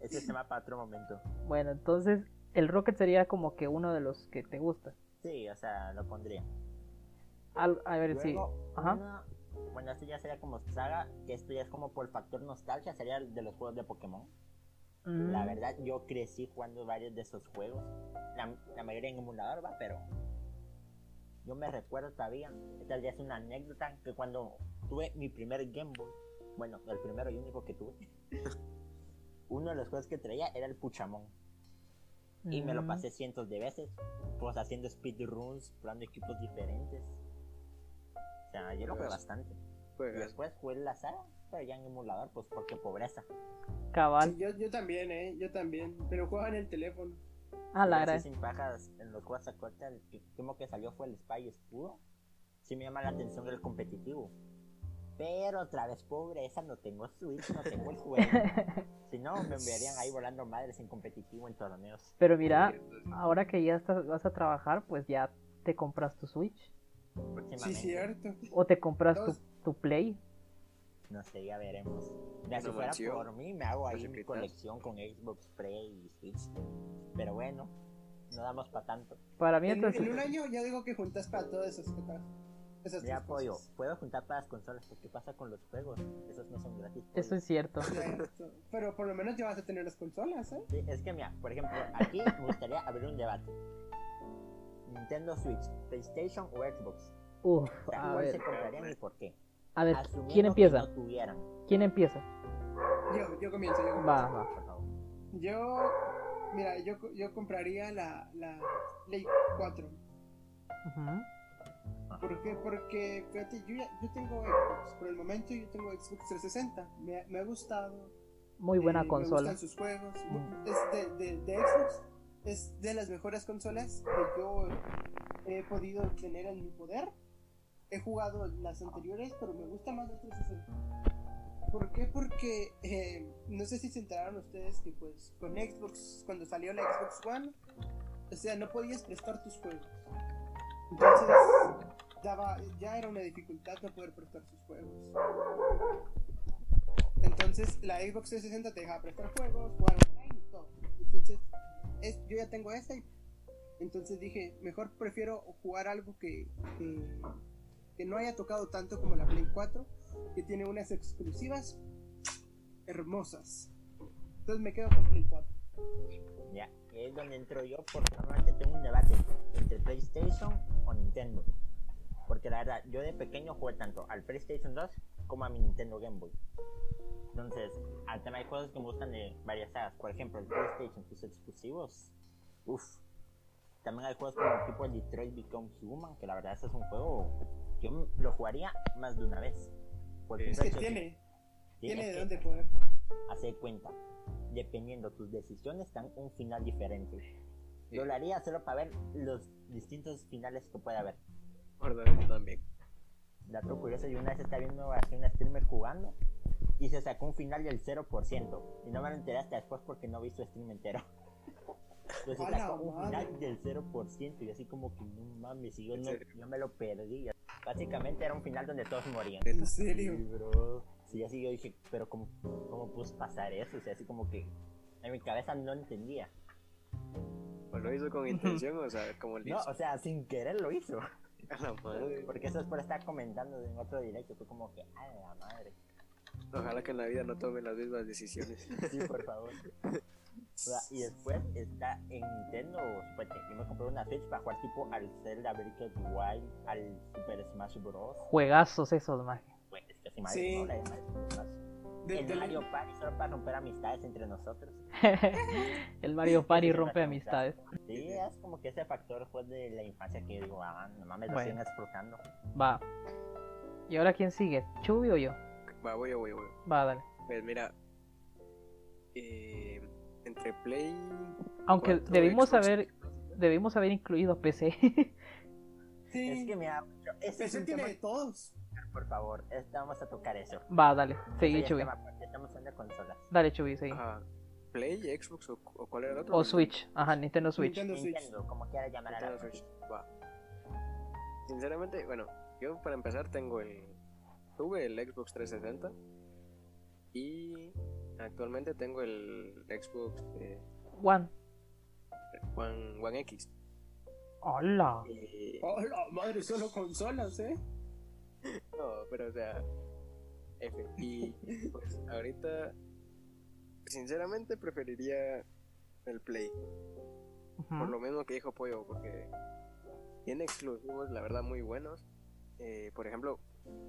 Speaker 2: Ese se va para otro momento.
Speaker 1: Bueno, entonces el Rocket sería como que uno de los que te gusta.
Speaker 2: Sí, o sea, lo pondría.
Speaker 1: Al- a ver si
Speaker 2: Luego,
Speaker 1: Ajá.
Speaker 2: una- bueno, esto ya sería como saga, que esto ya es como por factor nostalgia, sería el de los juegos de Pokémon.
Speaker 1: Mm,
Speaker 2: La verdad, yo crecí jugando varios de esos juegos. La, la mayoría en emulador va, pero yo me recuerdo todavía. Esta ya es una anécdota que cuando tuve mi primer Game Boy, bueno, el primero y único que tuve, uno de los juegos que traía era el Puchamón. Y me lo
Speaker 1: mm.
Speaker 2: pasé cientos de veces, pues haciendo speedruns, probando equipos diferentes. O sea, yo lo jugué
Speaker 4: Juegas.
Speaker 2: bastante.
Speaker 4: Juegas.
Speaker 2: Después jugué la saga, pero ya en emulador, pues porque pobreza.
Speaker 1: Cabal.
Speaker 3: Sí, yo, yo también, ¿eh? Yo también. Pero jugaba en el teléfono.
Speaker 1: Ah, la
Speaker 2: Pero
Speaker 1: gran.
Speaker 2: así sin pajas en los juegos actuales, el que- último que salió fue el Spy Escudo. Sí me llama la atención el competitivo. Pero otra vez, pobre, esa no tengo Switch, no tengo el juego. si no, me enviarían ahí volando madres en competitivo en torneos.
Speaker 1: Pero mira,
Speaker 4: Entonces,
Speaker 1: ahora que ya estás, vas a trabajar, pues ya te compras tu Switch.
Speaker 3: Sí,
Speaker 2: Próximamente.
Speaker 3: cierto.
Speaker 1: O te compras tu,
Speaker 3: Dos.
Speaker 1: tu Play.
Speaker 2: No sé, ya veremos. Ya si
Speaker 4: Una
Speaker 2: fuera
Speaker 4: mansión.
Speaker 2: por mí, me hago ahí
Speaker 4: Los
Speaker 2: mi
Speaker 4: invitas.
Speaker 2: colección con Xbox Play y Switch. Pero bueno, no damos para tanto.
Speaker 1: Para mí,
Speaker 3: En,
Speaker 1: entonces,
Speaker 3: en un año ya digo que juntas para todas esas cosas. Esas
Speaker 2: Mira,
Speaker 3: tres
Speaker 2: pollo,
Speaker 3: cosas.
Speaker 2: puedo juntar para las consolas, pero ¿qué pasa con los juegos? Esos no son gratis.
Speaker 1: eso
Speaker 2: pollo.
Speaker 1: es cierto.
Speaker 3: Cierto. Pero por lo menos ya vas a tener las consolas, ¿eh?
Speaker 2: Sí, es que mira, por ejemplo, aquí me gustaría abrir un debate. Nintendo Switch, PlayStation o Xbox.
Speaker 1: Uf,
Speaker 2: O sea,
Speaker 1: a
Speaker 2: ¿cuál se
Speaker 1: ver,
Speaker 2: comprarían y por qué?
Speaker 1: a ver,
Speaker 2: Asumiendo
Speaker 1: ¿quién
Speaker 2: que
Speaker 1: empieza?
Speaker 2: no tuvieran.
Speaker 1: ¿Quién empieza?
Speaker 3: Yo, yo comienzo, yo comienzo.
Speaker 1: Va, va.
Speaker 2: Por favor.
Speaker 3: Yo, mira, yo, co- yo compraría la, la Play 4.
Speaker 1: Ujú.
Speaker 3: ¿Por qué? Porque, fíjate, yo, ya- yo tengo Xbox. Por el momento yo tengo Xbox 360. Me, ha- me ha gustado.
Speaker 1: Muy buena
Speaker 3: eh, Me
Speaker 1: consola.
Speaker 3: gustan sus juegos. mu-
Speaker 1: Mm.
Speaker 3: Es de, de- de Xbox. Es de las mejores consolas que yo he podido tener en mi poder. He jugado las anteriores, pero me gusta más la 360. ¿Por qué? Porque eh, no sé si se enteraron ustedes que pues con Xbox, cuando salió la Xbox One, o sea, no podías prestar tus juegos. Entonces, daba, ya era una dificultad no poder prestar tus juegos. Entonces la Xbox 360 te deja prestar juegos, jugar online y todo. Entonces es- yo ya tengo esta y entonces dije, mejor prefiero jugar algo que, que, que no haya tocado tanto como la Play 4, que tiene unas exclusivas hermosas. Entonces me quedo con Play 4.
Speaker 2: Ya, es donde entro yo porque normalmente tengo un debate entre PlayStation o Nintendo. Porque la verdad, yo de pequeño jugué tanto al PlayStation 2 como a mi Nintendo Game Boy. Entonces, al tema hay cosas que me gustan de varias sagas. Por ejemplo, el PlayStation, sus exclusivos. Uff. También hay juegos como tipo el Detroit Become Human, que la verdad ese es un juego que yo lo jugaría más de una vez. Por el
Speaker 4: Es
Speaker 3: Es que
Speaker 2: simple hecho de-
Speaker 3: tiene,
Speaker 2: sí,
Speaker 3: tiene
Speaker 2: es
Speaker 3: de
Speaker 2: que-
Speaker 3: dónde poder.
Speaker 2: hacer cuenta. Dependiendo tus decisiones, dan un final diferente. Yo lo haría solo para ver los distintos finales que puede haber.
Speaker 4: guardar yo también.
Speaker 2: Dato curioso, yo una vez estaba viendo a una streamer jugando y se sacó un final del 0%. Y no me lo enteré hasta después porque no vi su stream entero. Pero
Speaker 3: ¡A
Speaker 2: se
Speaker 3: la
Speaker 2: sacó un final
Speaker 3: madre!
Speaker 2: del 0% y así como que no mames, y yo,
Speaker 4: ¿En
Speaker 2: no-
Speaker 4: serio?
Speaker 2: yo me lo perdí. Básicamente era un final donde todos morían.
Speaker 3: En
Speaker 2: Sí,
Speaker 3: serio.
Speaker 2: bro. Sí, así yo dije, pero ¿cómo, cómo pudo pasar eso? O sea, así como que en mi cabeza no entendía.
Speaker 4: ¿O lo hizo con intención o sea, como
Speaker 2: No,
Speaker 4: listo?
Speaker 2: o sea, sin querer lo hizo.
Speaker 4: A la madre.
Speaker 2: Porque eso es por estar comentando en otro directo. Fue como que, a la madre.
Speaker 4: Ojalá que en la vida no tome las mismas decisiones.
Speaker 2: Sí, por favor. O sea, y después está en Nintendo. Suerte, yo me compré una Switch para jugar tipo al Zelda Breath of the Wild, al Super Smash Bros.
Speaker 1: Juegazos esos, maje.
Speaker 2: Pues, es que si madre,
Speaker 3: Sí.
Speaker 2: no, la de Mario Smash.
Speaker 3: De- de-
Speaker 2: El Mario Party solo para romper amistades entre nosotros.
Speaker 1: El Mario Party
Speaker 2: Siempre
Speaker 1: rompe
Speaker 2: hacemos
Speaker 1: amistades.
Speaker 2: Sí, es como que ese factor fue de la infancia que digo, ah, no mames, lo
Speaker 1: Bueno.
Speaker 2: siguen explotando.
Speaker 1: Va. ¿Y ahora quién sigue? ¿Chubi o yo?
Speaker 4: Va, voy, voy, voy.
Speaker 1: Va, dale.
Speaker 4: Pues mira, eh, entre Play.
Speaker 1: Aunque
Speaker 4: 4,
Speaker 1: debimos
Speaker 4: Xbox,
Speaker 1: haber debimos haber incluido PC.
Speaker 3: sí.
Speaker 2: Es que me da mucho. Ese es
Speaker 3: PC
Speaker 2: un
Speaker 3: tiene
Speaker 2: tema,
Speaker 3: de todos.
Speaker 2: por favor, este, vamos a tocar eso.
Speaker 1: Va, dale.
Speaker 2: Ese
Speaker 1: Seguí,
Speaker 2: ya es
Speaker 1: Chubi.
Speaker 2: tema aparte, Estamos hablando de consolas.
Speaker 1: Dale, Chubi, seguí.
Speaker 4: Ajá. Play, Xbox o, o cuál era el otro?
Speaker 1: O Switch. Ajá, Nintendo Switch.
Speaker 3: Nintendo Switch.
Speaker 2: Nintendo, como quiera llamar a
Speaker 4: Nintendo
Speaker 2: la
Speaker 4: Switch. Va. Sinceramente, bueno, yo para empezar tengo el. Tuve el Xbox 360 y actualmente tengo el Xbox eh,
Speaker 1: One.
Speaker 4: One, One X. Eh,
Speaker 1: Hola.
Speaker 4: Y-
Speaker 3: Oh, la madre, solo consolas, ¿eh?
Speaker 4: No, pero o sea, F. Y pues ahorita, sinceramente preferiría el Play, por lo mismo que dijo Pollo, porque tiene exclusivos, la verdad, muy buenos. Eh, por ejemplo,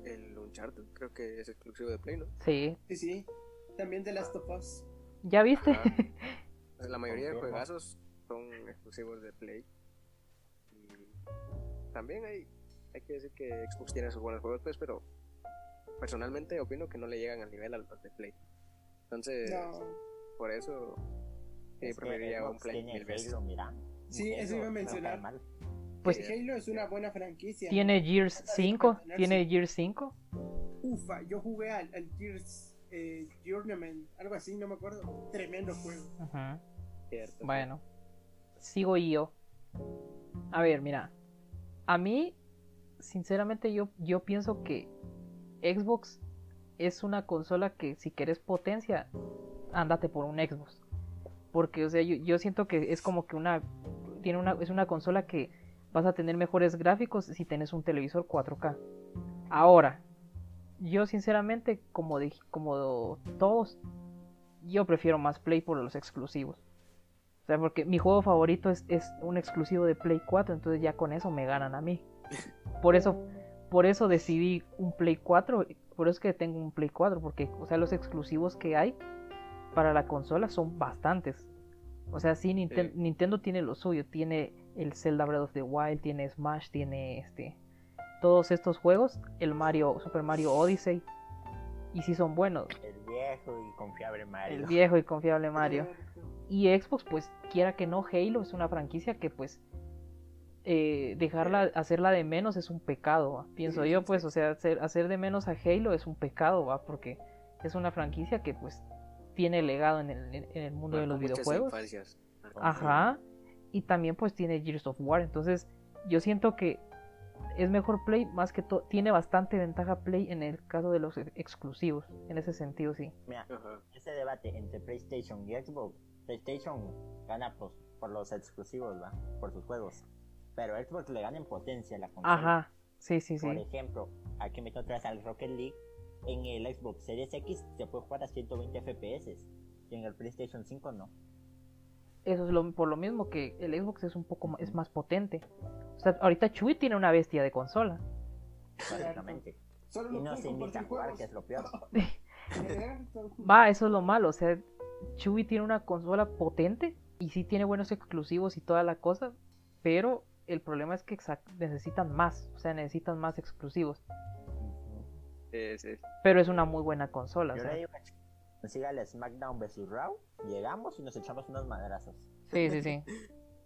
Speaker 4: el Uncharted creo que es exclusivo de Play, ¿no?
Speaker 1: Sí.
Speaker 3: Sí, sí. También de Last of Us.
Speaker 1: ¿Ya viste?
Speaker 4: Ajá. O sea, La mayoría de
Speaker 2: Confirmo.
Speaker 4: juegazos son exclusivos de Play. Y también hay, hay que decir que Xbox tiene sus buenos juegos, pues, pero personalmente
Speaker 2: Eh,
Speaker 4: opino que no le llegan al nivel a los de Play. Entonces,
Speaker 3: No.
Speaker 4: por eso Sí,
Speaker 2: Es que
Speaker 4: preferiría un
Speaker 2: Xbox
Speaker 4: Play
Speaker 2: tiene
Speaker 4: mil veces.
Speaker 2: Halo, mira.
Speaker 3: Sí,
Speaker 2: Halo
Speaker 3: eso iba a
Speaker 2: no
Speaker 3: mencionar.
Speaker 2: está mal.
Speaker 1: Pues-
Speaker 4: Sí,
Speaker 3: Eh, Halo es una buena franquicia.
Speaker 1: ¿Tiene Gears
Speaker 3: Trata de
Speaker 1: 5?
Speaker 3: mantenerse.
Speaker 1: ¿Tiene Gears 5?
Speaker 3: Ufa, yo jugué al, al Gears eh, Journeyman, algo así, no me acuerdo. Tremendo juego.
Speaker 1: Ajá.
Speaker 4: cierto.
Speaker 1: Bueno, sigo yo. A ver, mira. A mí, sinceramente, yo, yo pienso que Xbox es una consola que si quieres potencia, ándate por un Xbox. Porque, o sea, yo, yo siento que es como que una, tiene una. Es una consola que vas a tener mejores gráficos si tienes un televisor 4K. Ahora, yo sinceramente, como, dij- como todos, yo prefiero más Play por los exclusivos. O sea, porque mi juego favorito es, es un exclusivo de Play 4, entonces ya con eso me ganan a mí. Por eso, por eso decidí un Play 4, por eso es que tengo un Play 4, porque, o sea, los exclusivos que hay para la consola son bastantes. O sea, sí, Ninten-
Speaker 4: Sí.
Speaker 1: Nintendo tiene lo suyo, tiene el Zelda Breath of the Wild, tiene Smash, tiene este todos estos juegos, el Mario, Super Mario Odyssey, y sí son buenos,
Speaker 2: El viejo y confiable Mario.
Speaker 1: el viejo y confiable Mario. Y Xbox, pues quiera que no, Halo es una franquicia que pues eh, dejarla, hacerla de menos es un pecado, ¿va? pienso
Speaker 3: Sí,
Speaker 1: yo,
Speaker 3: sí,
Speaker 1: pues, o sea, hacer, hacer de menos a Halo es un pecado, va, porque es una franquicia que pues tiene legado en el, en el mundo de los
Speaker 4: Marcó muchas
Speaker 1: videojuegos.
Speaker 4: infancias. Marcó
Speaker 1: Ajá. Y también pues tiene Gears of War. Entonces yo siento que es mejor Play más que todo. Tiene bastante ventaja Play en el caso de los ex- exclusivos. En ese sentido, sí.
Speaker 2: Mira,
Speaker 4: muchas- Ajá.
Speaker 2: ese debate entre PlayStation y Xbox, PlayStation gana por, por los exclusivos, ¿va? Por sus juegos. Pero Xbox le gana en potencia a la consola.
Speaker 1: Ajá. Sí, sí,
Speaker 2: Por
Speaker 1: sí.
Speaker 2: ejemplo, aquí meto atrás al Rocket League. En el Xbox Series X se puede jugar a 120 FPS. Y en el PlayStation 5 no.
Speaker 1: Eso es lo- por lo mismo que el Xbox es un poco ma- es más potente. O sea, ahorita Chuy tiene una bestia de consola.
Speaker 2: Básicamente.
Speaker 3: Solo
Speaker 2: Y
Speaker 3: no
Speaker 2: no
Speaker 3: puedo
Speaker 2: se invita a
Speaker 3: compartir
Speaker 2: jugar,
Speaker 3: juegos.
Speaker 2: que es lo peor.
Speaker 1: Va, eso es lo malo. O sea, Chuy tiene una consola potente y sí tiene buenos exclusivos y toda la cosa, pero el problema es que exac- necesitan más. O sea, necesitan más exclusivos.
Speaker 4: Sí, sí.
Speaker 1: Pero es una muy buena consola. o
Speaker 2: Yo
Speaker 1: sea.
Speaker 2: le digo a Ch- consiga el SmackDown vs Raw, llegamos y nos echamos unos madrazos.
Speaker 1: Sí, sí, sí.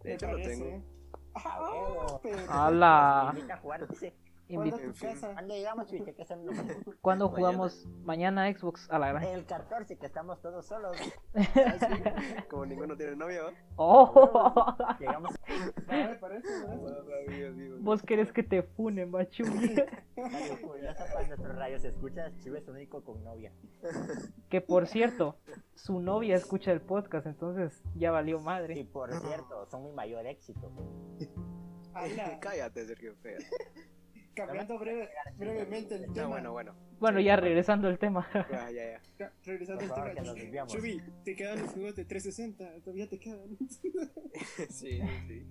Speaker 4: De hecho, lo tengo.
Speaker 3: Ah, pero-
Speaker 1: Hola.
Speaker 2: Nos invita a jugar, dice.
Speaker 3: Manda
Speaker 1: Invi-
Speaker 3: a tu casa. Ah,
Speaker 2: ¿Cuándo llegamos, Chuy? ¿Qué hacemos?
Speaker 1: ¿Cuándo
Speaker 4: Mañana.
Speaker 1: jugamos mañana Xbox a la gran?
Speaker 2: El 14, que estamos todos solos.
Speaker 4: Ah, Como ninguno tiene novia, ¿va?
Speaker 1: ¡Oh!
Speaker 2: Llegamos
Speaker 3: Ah, parece, parece.
Speaker 4: Dios, Dios.
Speaker 1: Vos querés que te funen, machu.
Speaker 2: a Radio Curiosa para nuestros radios escuchas. Chuy es único con novia.
Speaker 1: Que por cierto, su novia escucha el podcast, entonces ya valió
Speaker 2: Y
Speaker 1: madre.
Speaker 2: por cierto, son mi mayor éxito.
Speaker 3: Ala,
Speaker 4: Cállate, Sergio. fea.
Speaker 3: Ah, cambiando breve- brevemente el tema.
Speaker 4: No, bueno, bueno.
Speaker 1: Bueno, ya regresando al tema.
Speaker 4: Ya, ya, ya.
Speaker 3: Ca- Regresando
Speaker 2: Por favor,
Speaker 3: al
Speaker 2: que nos
Speaker 3: tema.
Speaker 2: desviamos.
Speaker 3: Chubi, te quedan los juegos de 360, todavía te quedan.
Speaker 4: Sí, sí, sí.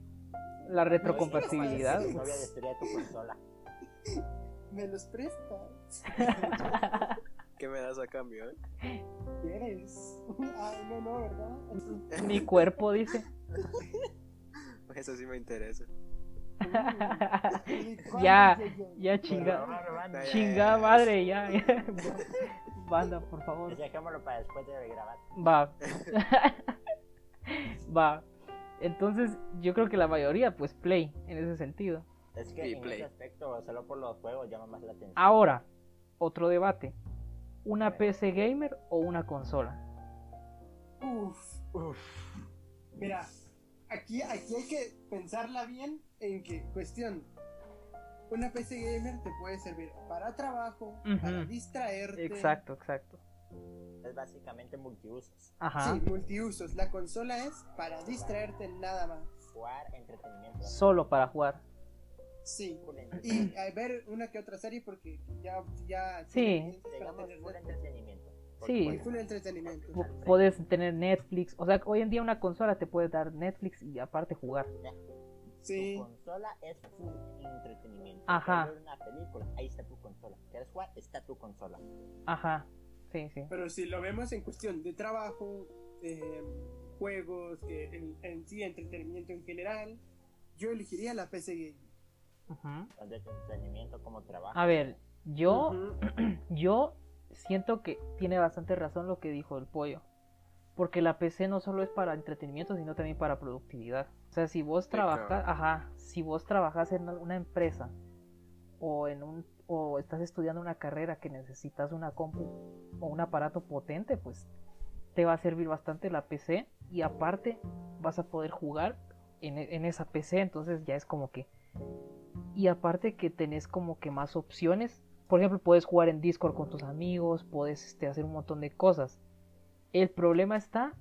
Speaker 1: La retrocompatibilidad.
Speaker 2: No voy a destruir tu consola.
Speaker 3: Me los prestas.
Speaker 4: ¿Qué me das a cambio, eh?
Speaker 3: ¿Quieres? Ay, no, no, ¿verdad?
Speaker 1: Mi cuerpo dice.
Speaker 4: Eso sí me interesa.
Speaker 3: ¿Y cuándo
Speaker 1: Ya,
Speaker 3: llegan?
Speaker 1: Ya chinga.
Speaker 2: Por favor, banda.
Speaker 4: ya,
Speaker 1: Chinga
Speaker 4: ya.
Speaker 1: madre, ya. Banda, por favor.
Speaker 2: Pues Dejémoslo para después de grabar.
Speaker 1: Va. Va. Entonces, yo creo que la mayoría, pues, play en ese sentido.
Speaker 2: Es que
Speaker 4: Sí,
Speaker 2: en
Speaker 4: play.
Speaker 2: ese aspecto, solo por los juegos llama más la atención.
Speaker 1: Ahora, otro debate. ¿Una PC gamer o una consola?
Speaker 3: Uf. Mira, aquí, aquí hay que pensarla bien en que, cuestión, una PC gamer te puede servir para trabajo, para
Speaker 1: Ujú.
Speaker 3: distraerte.
Speaker 1: Exacto, exacto.
Speaker 2: Es básicamente multiusos.
Speaker 1: Ajá.
Speaker 3: Sí, multiusos. La consola es para distraerte nada más.
Speaker 2: Jugar, entretenimiento.
Speaker 1: Solo para jugar.
Speaker 3: Sí.
Speaker 2: Full entretenimiento.
Speaker 3: Y a ver una que otra serie porque ya... ya
Speaker 1: Sí.
Speaker 3: para
Speaker 2: Digamos
Speaker 3: tener
Speaker 2: full entretenimiento.
Speaker 1: Sí.
Speaker 3: Y full entretenimiento.
Speaker 1: P- Puedes tener Netflix. O sea, hoy en día una consola te puede dar Netflix y aparte jugar.
Speaker 3: Sí.
Speaker 2: Tu consola es full entretenimiento.
Speaker 1: Ajá.
Speaker 2: Quieres ver una película, ahí está tu consola. ¿Quieres jugar? Está tu consola.
Speaker 1: Ajá. Sí, sí.
Speaker 3: Pero si lo vemos en cuestión de trabajo, eh, juegos, eh, en, en sí, entretenimiento en general, yo elegiría la PC Game.
Speaker 1: Ujú.
Speaker 2: Tanto entretenimiento como trabajo.
Speaker 1: A ver, yo
Speaker 3: Ujú.
Speaker 1: yo siento que tiene bastante razón lo que dijo el pollo. Porque la PC no solo es para entretenimiento, sino también para productividad. O sea, si vos trabajas,
Speaker 4: claro.
Speaker 1: ajá, si vos trabajas en una empresa o en un o estás estudiando una carrera que necesitas una compu o un aparato potente, pues te va a servir bastante la PC y aparte vas a poder jugar en, e- en esa PC, entonces ya es como que y aparte que tenés como que más opciones, por ejemplo, puedes jugar en Discord con tus amigos, puedes este, hacer un montón de cosas. El problema está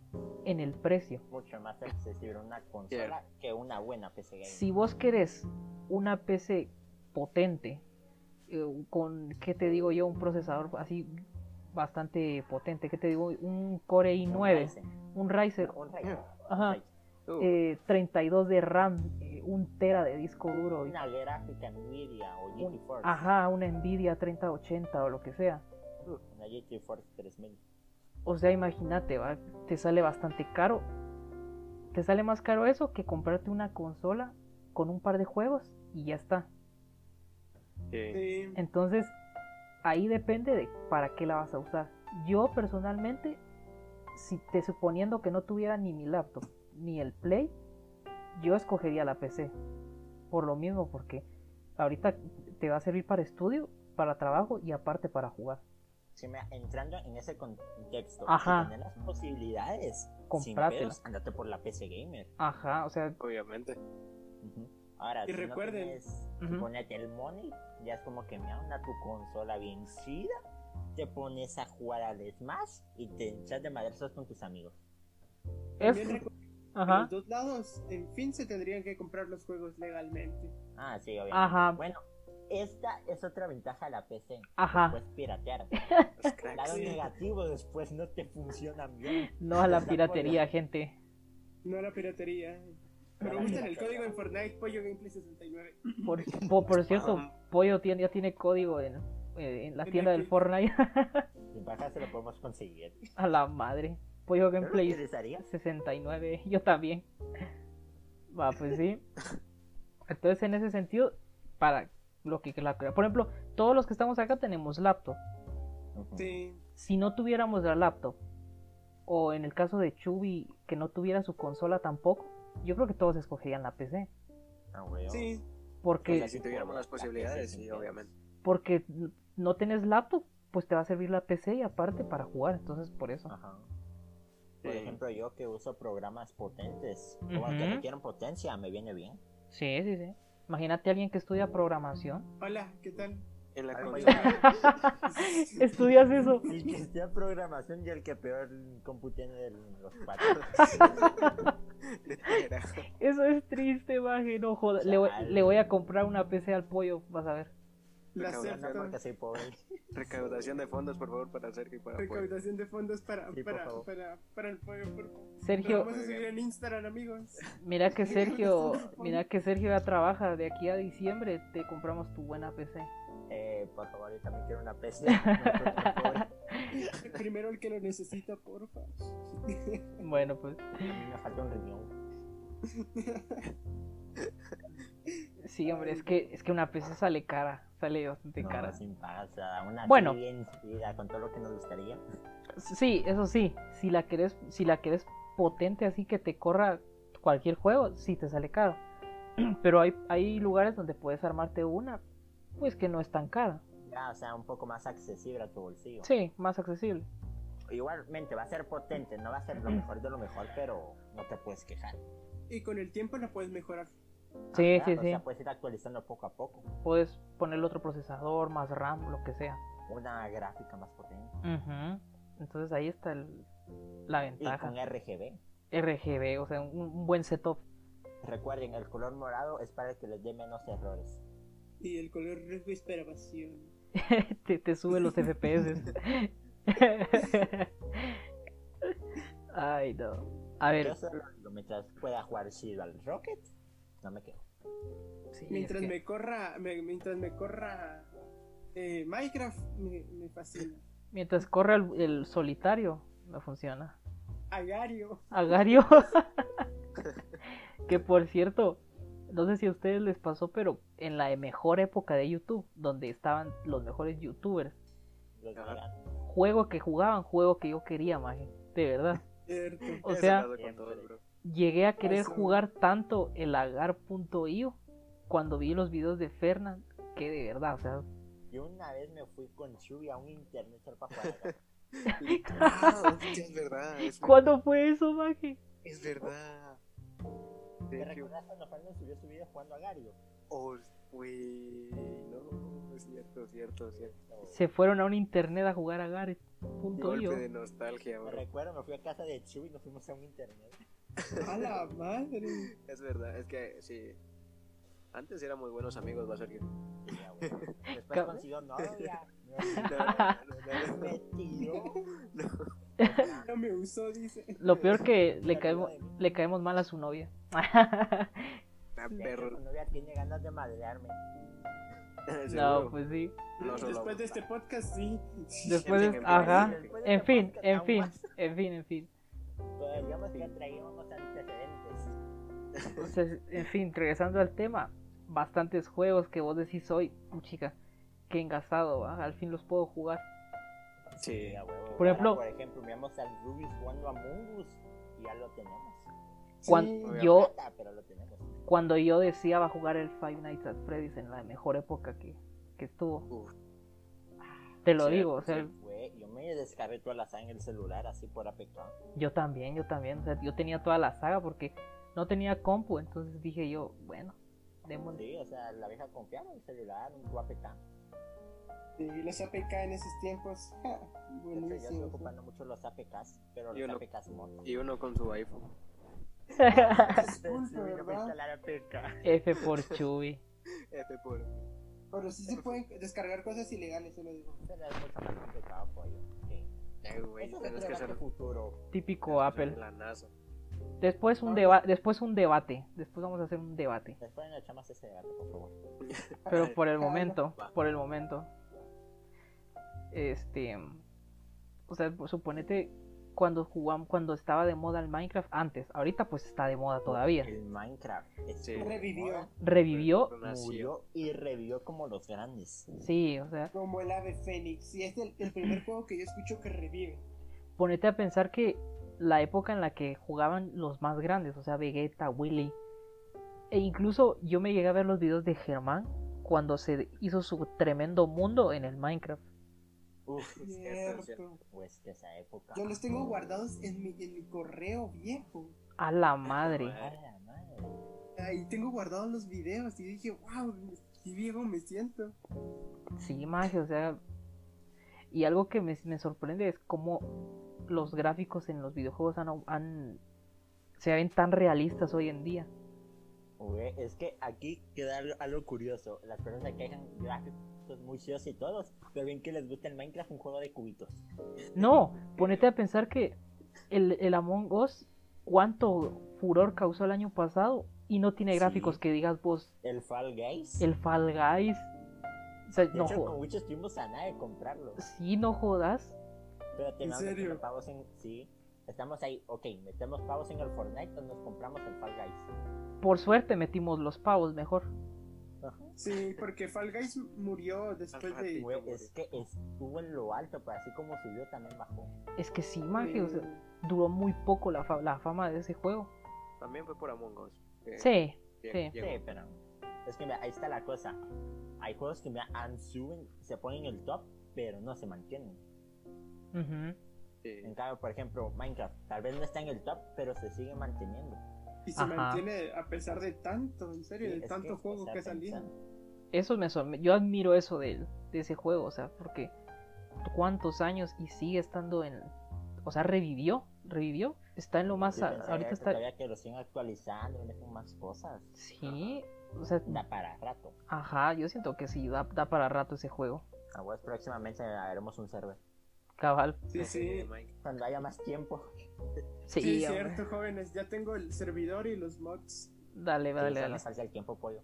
Speaker 1: en el precio.
Speaker 2: Mucho más accesible una consola que una buena PC gaming.
Speaker 1: Si vos querés una PC potente, eh, con, ¿qué te digo yo? Un procesador así bastante potente, ¿qué te digo? Un Core
Speaker 2: Un
Speaker 1: i9,
Speaker 2: Ryzen,
Speaker 1: un Ryzen,
Speaker 2: Un Ryzen.
Speaker 1: Ajá.
Speaker 2: un
Speaker 4: Uh,
Speaker 1: eh, 32 de RAM, eh, un Tera de disco duro. y-
Speaker 2: Ryzen. Una gráfica Nvidia o
Speaker 1: un-
Speaker 2: GeForce.
Speaker 1: ajá, una Nvidia 3080 o lo que sea.
Speaker 2: Una GeForce 3000.
Speaker 1: O sea, imagínate, ¿va? te sale bastante caro. Te sale más caro eso que comprarte una consola con un par de juegos y ya está.
Speaker 4: sí.
Speaker 1: Eh,
Speaker 3: Sí.
Speaker 1: Entonces, ahí depende de para qué la vas a usar. Yo personalmente, si te suponiendo que no tuviera ni mi laptop ni el Play, yo escogería la PC. Por lo mismo, porque ahorita te va a servir para estudio, para trabajo y aparte para jugar.
Speaker 2: Si me- entrando en ese contexto,
Speaker 1: Ajá.
Speaker 2: si tenés las posibilidades, sin
Speaker 1: Comprátela.
Speaker 2: pedos, andate por la PC gamer.
Speaker 1: Ajá, o sea,
Speaker 4: Obviamente.
Speaker 2: Ujú. Ahora,
Speaker 3: Y
Speaker 2: si no
Speaker 3: recuerden-
Speaker 2: tenés-
Speaker 1: Ujú.
Speaker 2: si ponete el money, ya es como que me anda tu consola bien chida, te pones a jugar al Smash y te echas de madrazos con tus amigos.
Speaker 3: También
Speaker 1: es...
Speaker 3: recuerdo que
Speaker 1: Ajá.
Speaker 3: los dos lados, en fin, se tendrían que comprar los juegos legalmente.
Speaker 2: Ah, sí, obviamente.
Speaker 1: Ajá.
Speaker 2: Bueno, esta es otra ventaja de la PC,
Speaker 1: Ajá.
Speaker 2: puedes piratear.
Speaker 4: Los
Speaker 2: El
Speaker 4: cracks.
Speaker 2: lado
Speaker 3: Sí.
Speaker 2: negativo después no te funcionan bien.
Speaker 1: No a la
Speaker 2: Está por
Speaker 1: piratería, gente.
Speaker 3: No a la piratería. Pregunten el código en Fortnite, Pollo Gameplay 69.
Speaker 1: Por, po- por cierto, Pollo tiene- ya tiene código en, eh, en la tienda del Fortnite.
Speaker 2: Sin baja se lo podemos conseguir.
Speaker 1: a la madre. Pollo
Speaker 2: ¿No lo
Speaker 1: Gameplay
Speaker 2: utilizarías?
Speaker 1: 69, yo también. Va, pues sí. Entonces, en ese sentido, para lo que la por ejemplo, todos los que estamos acá tenemos laptop.
Speaker 2: Ujú.
Speaker 3: Sí.
Speaker 1: Si no tuviéramos la laptop, o en el caso de Chubby, que no tuviera su consola tampoco, yo creo que todos escogerían la PC.
Speaker 2: Ah, weón.
Speaker 3: Sí.
Speaker 1: Porque,
Speaker 4: O sea, si tuviéramos las
Speaker 2: La PC
Speaker 4: posibilidades,
Speaker 2: sin
Speaker 4: sí,
Speaker 2: pedos.
Speaker 4: obviamente.
Speaker 1: porque no tenés laptop, pues te va a servir la PC y aparte para jugar. Entonces, por eso.
Speaker 2: Ajá. Por
Speaker 4: Sí.
Speaker 2: ejemplo, yo que uso programas potentes, como
Speaker 1: Ujú.
Speaker 2: que requieren potencia, me viene bien.
Speaker 1: Sí, sí, sí. Imagínate a alguien que estudia programación.
Speaker 3: Hola, ¿qué tal?
Speaker 4: En la
Speaker 2: Ay,
Speaker 4: consola.
Speaker 3: Hola.
Speaker 1: Estudias eso.
Speaker 2: El que esté en programación y el que peor computiene de los patos.
Speaker 4: literal.
Speaker 1: Eso es triste, maje, no joda. Le, voy- le voy a comprar una PC al pollo, vas a ver.
Speaker 3: La
Speaker 4: Recaudación,
Speaker 2: No, porque
Speaker 3: acepto.
Speaker 2: soy pobre.
Speaker 4: Recaudación de fondos, por favor, para hacer y para apoyo.
Speaker 3: Recaudación de fondos para,
Speaker 2: pues. Sí, por
Speaker 3: para,
Speaker 2: favor.
Speaker 3: para, para el pollo, por favor. Lo
Speaker 1: Sergio,
Speaker 3: vamos a subir en Instagram, amigos.
Speaker 1: mira que Sergio, mira que Sergio ya trabaja de aquí a diciembre, te compramos tu buena PC.
Speaker 2: Eh, por favor, yo también quiero una PC. No, porque soy pobre.
Speaker 3: Primero el que lo necesita, porfa.
Speaker 1: Bueno, pues
Speaker 2: A mí me falta un riñón.
Speaker 1: sí, hombre, es que es que una PC sale cara, sale bastante
Speaker 2: No,
Speaker 1: cara.
Speaker 2: Sin pasa. Una
Speaker 1: Bueno.
Speaker 2: bueno. bien chida, con todo lo que nos gustaría.
Speaker 1: Sí, eso sí, si la querés si la querés potente así que te corra cualquier juego, sí te sale caro. Pero hay hay lugares donde puedes armarte una pues que no es tan cara.
Speaker 2: Ya, o sea, un poco más accesible a tu bolsillo.
Speaker 1: Sí, más accesible.
Speaker 2: Igualmente, va a ser potente, no va a ser lo mejor de lo mejor, pero no te puedes quejar.
Speaker 3: Y con el tiempo la puedes mejorar.
Speaker 1: Sí,
Speaker 2: Claro,
Speaker 1: sí,
Speaker 2: O
Speaker 1: sí.
Speaker 2: sea, puedes ir actualizando poco a poco.
Speaker 1: puedes ponerle otro procesador, más RAM, lo que sea.
Speaker 2: Una gráfica más potente.
Speaker 1: Entonces ahí está el- la
Speaker 2: Y
Speaker 1: ventaja.
Speaker 2: con RGB.
Speaker 1: RGB, o sea, un, un buen setup.
Speaker 2: Recuerden, el color morado es para que les dé menos errores.
Speaker 3: Y el color rojo es para pasión.
Speaker 1: te, te sube los FPS. Ay, no. A ver,
Speaker 2: Yo solo digo, mientras pueda jugar chido al Rocket, no me quejo.
Speaker 1: sí, es
Speaker 3: Mientras
Speaker 1: que-
Speaker 3: me corra, me- mientras me corra eh, Minecraft, me, me fascina.
Speaker 1: mientras corre el, el solitario, no funciona.
Speaker 3: Agario.
Speaker 1: Agario. que por cierto, no sé si a ustedes les pasó, pero en la mejor época de YouTube, donde estaban los mejores YouTubers,
Speaker 2: Los
Speaker 4: Ajá.
Speaker 2: veganos.
Speaker 1: juego que jugaban, juego que yo quería, maje. De verdad.
Speaker 3: Cierto.
Speaker 1: O
Speaker 4: Eso
Speaker 1: sea,
Speaker 4: pasa con todos, bro.
Speaker 1: llegué a querer
Speaker 3: sí.
Speaker 1: jugar tanto el agar.io cuando vi los videos de Fernan que de verdad, o sea,
Speaker 2: Yo una vez me fui con Shubi a un internet solo para jugar. acá.
Speaker 4: Ah, hostia, es verdad. Es,
Speaker 1: ¿cuándo fue eso, Maje?
Speaker 4: es verdad.
Speaker 2: ¿Te
Speaker 4: Thank you.
Speaker 2: recuerdas cuando Fernando subió su video jugando a Gario?
Speaker 4: Oh, güey. No, es cierto, cierto, cierto.
Speaker 1: Se fueron a un internet a jugar
Speaker 4: Golpe
Speaker 1: agar.io.
Speaker 4: de nostalgia,
Speaker 2: Me
Speaker 4: bro.
Speaker 2: recuerdo, me fui a casa de Shubi y nos fuimos a un internet.
Speaker 3: A la madre.
Speaker 4: Es verdad, es que sí. Antes éramos buenos amigos, va a ser que. No,
Speaker 2: Y ya, güey. Después
Speaker 1: Cabrón.
Speaker 2: consiguió novia. me-
Speaker 4: no, no, no, no,
Speaker 2: Me tiró.
Speaker 3: No me usó, dice.
Speaker 1: Lo peor que le
Speaker 2: Me
Speaker 1: caemos,
Speaker 2: olvidé de
Speaker 1: le caemos mal a su novia.
Speaker 4: nah,
Speaker 2: Ya que
Speaker 4: perro.
Speaker 2: Su novia tiene ganas de madrearme.
Speaker 1: no,
Speaker 4: Seguro.
Speaker 1: pues sí.
Speaker 4: No solo-
Speaker 3: Después de este podcast, sí.
Speaker 1: Después,
Speaker 4: En fin, en fin,
Speaker 1: ajá.
Speaker 4: en fin.
Speaker 2: Después de
Speaker 1: En fin,
Speaker 2: este podcast,
Speaker 1: en fin, en
Speaker 2: aún más.
Speaker 1: fin, en fin.
Speaker 2: Pues digamos que traíamos antecedentes.
Speaker 1: Entonces, en fin, regresando al tema, bastantes juegos que vos decís hoy, chica, que engasado, ¿va? al fin los puedo jugar.
Speaker 4: Sí.
Speaker 2: Ya, huevo.
Speaker 1: Por ejemplo-
Speaker 2: Ahora, por ejemplo, miramos al Rubius jugando a Mungus y ya lo tenemos.
Speaker 1: Cuan-
Speaker 4: obviamente.
Speaker 1: yo,
Speaker 2: Plata, pero lo tenemos.
Speaker 1: cuando yo decía va a jugar el Five Nights at Freddy's en la mejor época que, que estuvo,
Speaker 4: Uf,
Speaker 1: te lo
Speaker 4: Sí,
Speaker 1: digo, o sea,
Speaker 2: Güey, yo me descargué toda la saga en el celular así por apecado.
Speaker 1: yo también, yo también, o sea, yo tenía toda la saga porque no tenía compu, entonces dije yo, bueno, démosle.
Speaker 2: Sí, o sea, la vieja confiaba en el celular, un tu APK.
Speaker 3: Sí, los APK en esos tiempos. ja,
Speaker 2: Yo estoy
Speaker 3: Buenísimo.
Speaker 2: ocupando mucho los APKs, pero
Speaker 4: Yo
Speaker 2: los
Speaker 4: no.
Speaker 2: APKs motos.
Speaker 4: Y uno con su iPhone.
Speaker 3: Es cool,
Speaker 2: yo me
Speaker 3: ¿verdad?
Speaker 2: instalar APK.
Speaker 1: F por Chubby.
Speaker 4: F por.
Speaker 3: Pero sí se pueden descargar cosas ilegales, se lo digo.
Speaker 2: Pero es mucho más complicado, pollo. Sí.
Speaker 4: Eh, güey,
Speaker 2: Eso
Speaker 4: tenés
Speaker 2: se
Speaker 4: que
Speaker 2: que
Speaker 4: hacer.
Speaker 2: futuro.
Speaker 1: Típico Apple.
Speaker 4: La NASA.
Speaker 1: Después un, deba después un debate. Después vamos a hacer un debate.
Speaker 2: Después en el chamas ese debate, por favor.
Speaker 1: Pero por el
Speaker 3: Claro.
Speaker 1: momento, por el momento. Este. O sea, pues, suponete cuando jugamos, cuando estaba de moda el Minecraft antes. Ahorita pues está de moda todavía.
Speaker 2: El Minecraft.
Speaker 4: Sí.
Speaker 2: estuvo de
Speaker 3: Revivió.
Speaker 2: moda,
Speaker 1: Revivió.
Speaker 4: Nació.
Speaker 2: Murió y revivió como los grandes.
Speaker 1: Sí, o sea,
Speaker 3: Como el ave fénix. Y es el, el primer juego que yo escucho que revive.
Speaker 1: ponete a pensar que la época en la que jugaban los más grandes, o sea, Vegeta, Willy. E incluso yo me llegué a ver los videos de Germán cuando se hizo su tremendo mundo en el Minecraft.
Speaker 2: Uf,
Speaker 4: Cierto,
Speaker 3: Cierto.
Speaker 2: pues que esa época.
Speaker 3: Yo los tengo guardados en mi, en mi correo viejo.
Speaker 1: A la madre.
Speaker 2: A Ah, la madre.
Speaker 3: Ahí tengo guardados los videos. Y dije, wow, qué viejo me siento.
Speaker 1: Sí, magia, o sea. Y algo que me, me sorprende es cómo los gráficos en los videojuegos han, han- se ven tan realistas hoy en día.
Speaker 2: Güey, es que aquí queda algo, algo curioso. Las personas que dejan gráficos muy chidos y todos, pero ven que les gusta el Minecraft, un juego de cubitos.
Speaker 1: No, ponete a pensar que el, el Among Us, cuánto furor causó el año pasado y no tiene
Speaker 2: Sí.
Speaker 1: gráficos que digas vos,
Speaker 2: El Fall Guys.
Speaker 1: el Fall Guys. O sea,
Speaker 2: de
Speaker 1: no
Speaker 2: hecho, con
Speaker 1: jodas.
Speaker 2: Witch estuvimos a nada de comprarlo.
Speaker 1: Sí, no jodas.
Speaker 2: Pero tenemos que
Speaker 3: serio?
Speaker 2: meter pavos en. Sí. Estamos ahí, ok, metemos pavos en el Fortnite o nos compramos el Fall Guys.
Speaker 1: Por suerte metimos los pavos mejor.
Speaker 3: Sí, porque Fall Guys murió después de.
Speaker 2: Güey, es que estuvo en lo alto, pero así como subió también bajó.
Speaker 1: Es que sí, magia, o sea,
Speaker 3: de-
Speaker 1: duró muy poco la, fa- la fama de ese juego.
Speaker 4: También fue por Among Us. que
Speaker 1: Sí,
Speaker 4: llegó-
Speaker 2: Sí,
Speaker 4: llegó.
Speaker 2: pero es que mira, ahí está la cosa. Hay juegos que me han suben, se ponen en el top, pero no se mantienen.
Speaker 1: ujú.
Speaker 4: Sí.
Speaker 2: En cambio, por ejemplo, Minecraft, tal vez no está en el top, pero se sigue manteniendo.
Speaker 3: Y se
Speaker 1: Ajá.
Speaker 3: mantiene a pesar de tanto, en serio,
Speaker 2: Sí,
Speaker 3: de
Speaker 2: es
Speaker 3: tanto
Speaker 2: o
Speaker 3: juego
Speaker 2: sea,
Speaker 3: que ha salido.
Speaker 2: pensa-
Speaker 1: eso me sorpre- yo admiro eso del- de ese juego, o sea, porque cuántos años y sigue estando en, o sea, revivió, revivió, está en lo más,
Speaker 2: sí,
Speaker 1: a-
Speaker 2: pensaría
Speaker 1: ahorita
Speaker 2: que
Speaker 1: está,
Speaker 2: Todavía que lo siguen actualizando, le meten más cosas.
Speaker 1: sí, o sea,
Speaker 2: Da para rato.
Speaker 1: ajá, yo siento que sí, da, da para rato ese juego,
Speaker 2: Aguas, próximamente haremos un server.
Speaker 1: cabal,
Speaker 3: Sí, sí.
Speaker 4: Eh, Mike.
Speaker 2: Cuando haya más tiempo.
Speaker 1: sí,
Speaker 3: Sí,
Speaker 1: hombre.
Speaker 3: cierto, jóvenes. Ya tengo el servidor y los mods.
Speaker 1: dale,
Speaker 2: Sí,
Speaker 1: dale,
Speaker 2: solo
Speaker 1: dale,
Speaker 2: falta el tiempo, pollo.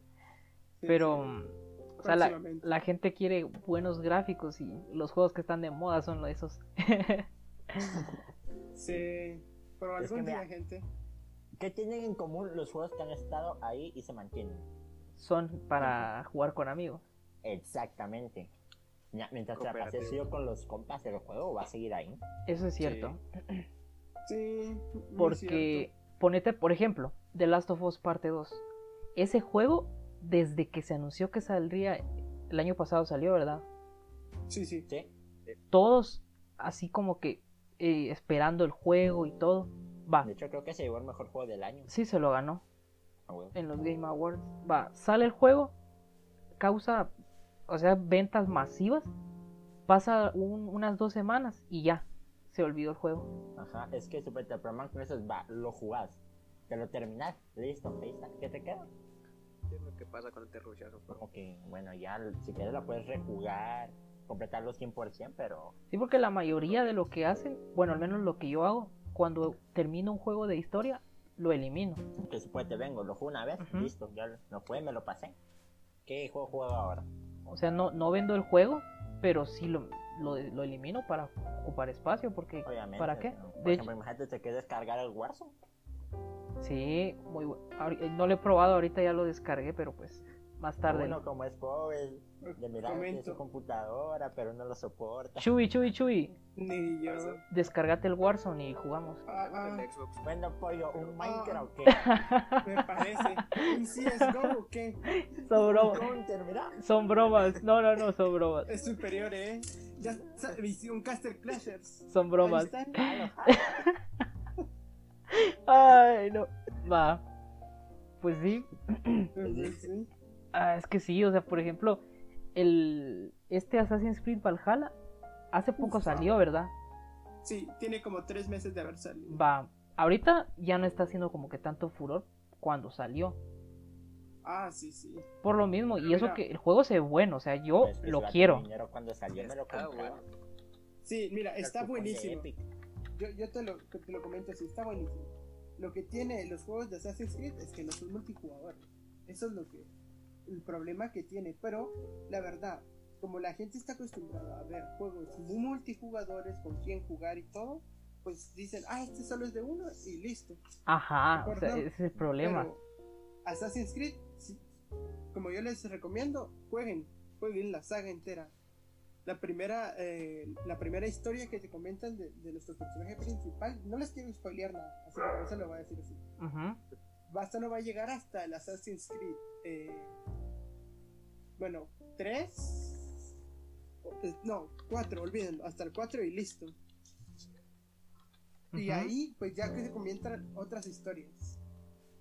Speaker 3: Sí,
Speaker 1: pero, mm,
Speaker 3: sí.
Speaker 1: o sea, la,
Speaker 3: Próximamente.
Speaker 1: la gente quiere buenos gráficos y los juegos que están de moda son los- esos,
Speaker 3: Sí. Pero
Speaker 2: Es que
Speaker 3: algún día,
Speaker 2: mira.
Speaker 3: gente.
Speaker 2: ¿Qué tienen en común los juegos que han estado ahí y se mantienen?
Speaker 1: son para jugar con amigos,
Speaker 2: Exactamente. Ya, mientras te la pases
Speaker 4: Cooperativo.
Speaker 2: chido con los compas del juego, va a seguir ahí.
Speaker 1: eso es cierto,
Speaker 3: Sí, muy
Speaker 1: Porque, ponete, por ejemplo, The Last of Us Parte 2. Ese juego, desde que se anunció que saldría, el año pasado salió, ¿verdad?
Speaker 3: cierto. Sí, sí.
Speaker 2: Sí,
Speaker 1: Todos así como que eh, esperando el juego y todo. Va,
Speaker 2: de hecho creo que se llevó el mejor juego del año.
Speaker 1: sí se lo ganó
Speaker 2: Ah, huevo.
Speaker 1: en los Game Awards. Va, sale el juego, causa, o sea, ventas masivas. Pasa un- unas dos semanas y ya, se olvidó el juego.
Speaker 2: Ajá, es que Super Superman con esos va, lo jugás, te lo terminás, listo, ahí está, ¿qué te queda?
Speaker 4: ¿Qué es lo que pasa con este el terruchazo?
Speaker 2: Ok, bueno, ya si quieres la puedes rejugar, completarlo 100%, pero
Speaker 1: Sí, porque la mayoría de lo que hacen, bueno, al menos lo que yo hago, cuando termino un juego de historia, lo elimino.
Speaker 2: que supuesto te vengo, lo juego una vez,
Speaker 1: Ujú.
Speaker 2: listo, ya lo- lo jugué, me lo pasé. ¿Qué juego juego ahora?
Speaker 1: O sea, no, no vendo el juego, pero sí lo, lo, lo elimino para ocupar espacio, porque
Speaker 2: Obviamente.
Speaker 1: ¿para qué?
Speaker 2: ¿no? Por
Speaker 1: De
Speaker 2: ejemplo,
Speaker 1: hecho,
Speaker 2: imagínate te quieres descargar el Warzone.
Speaker 1: sí, muy bu- ahori- No lo he probado, ahorita ya lo descargué, pero pues más tarde.
Speaker 2: Uno como es pobre, de mirar en su
Speaker 3: Comento.
Speaker 2: computadora, pero no lo soporta.
Speaker 1: Chuy, Chuy, Chuy,
Speaker 3: Ni yo.
Speaker 1: descargate el Warzone y jugamos.
Speaker 3: Ah, ah,
Speaker 4: El Xbox.
Speaker 2: Bueno, pollo, un Minecraft que
Speaker 3: me parece. ¿Un CSGO o qué?
Speaker 1: Son bromas.
Speaker 2: Counter, mira.
Speaker 1: Son bromas. No, no, no, son bromas.
Speaker 3: Es superior, ¿eh? Ya sabes, un Caster Clashers.
Speaker 1: Son bromas.
Speaker 3: Ahí está.
Speaker 1: Ay, no. Va. Pues sí,
Speaker 3: Sí, sí.
Speaker 1: Ah, es que sí, o sea, por ejemplo, el este Assassin's Creed Valhalla hace poco
Speaker 3: Ufa.
Speaker 1: salió, ¿verdad?
Speaker 3: Sí, tiene como tres meses de haber salido.
Speaker 1: Va, ahorita ya no está haciendo como que tanto furor cuando salió.
Speaker 3: Ah, sí, sí.
Speaker 1: Por lo mismo, y eso
Speaker 3: Mira.
Speaker 1: que el juego se ve bueno, o sea, yo
Speaker 2: Pues,
Speaker 1: Oh, lo
Speaker 2: ese
Speaker 1: quiero.
Speaker 2: vato dinero cuando salió me lo
Speaker 4: Está
Speaker 2: compraba.
Speaker 4: bueno.
Speaker 3: Sí, mira,
Speaker 2: El
Speaker 3: está
Speaker 2: cupón de
Speaker 3: buenísimo.
Speaker 2: Epic.
Speaker 3: Yo, yo te, lo, te lo comento así, está buenísimo. Lo que tiene los juegos de Assassin's Creed es que no son multijugador. Eso es lo que el problema que tiene, pero la verdad, como la gente está acostumbrada a ver juegos muy multijugadores con quién jugar y todo, pues dicen, "Ah, este solo es de uno" y listo.
Speaker 1: Ajá,
Speaker 3: ¿De
Speaker 1: o sea, ese
Speaker 3: acuerdo?
Speaker 1: es el problema.
Speaker 3: Pero Assassin's Creed, sí, como yo les recomiendo, jueguen, jueguen la saga entera. La primera, eh, la primera historia que te comentan de, de nuestro personaje principal, no les quiero spoilear nada, así que por eso lo voy a decir así.
Speaker 1: Ujú.
Speaker 3: Basta no va a llegar hasta el Assassin's Creed. eh, bueno, 3. No, 4, olvídenlo, hasta el 4 y listo. Y
Speaker 1: Ujú.
Speaker 3: ahí, pues ya que se comienzan otras historias.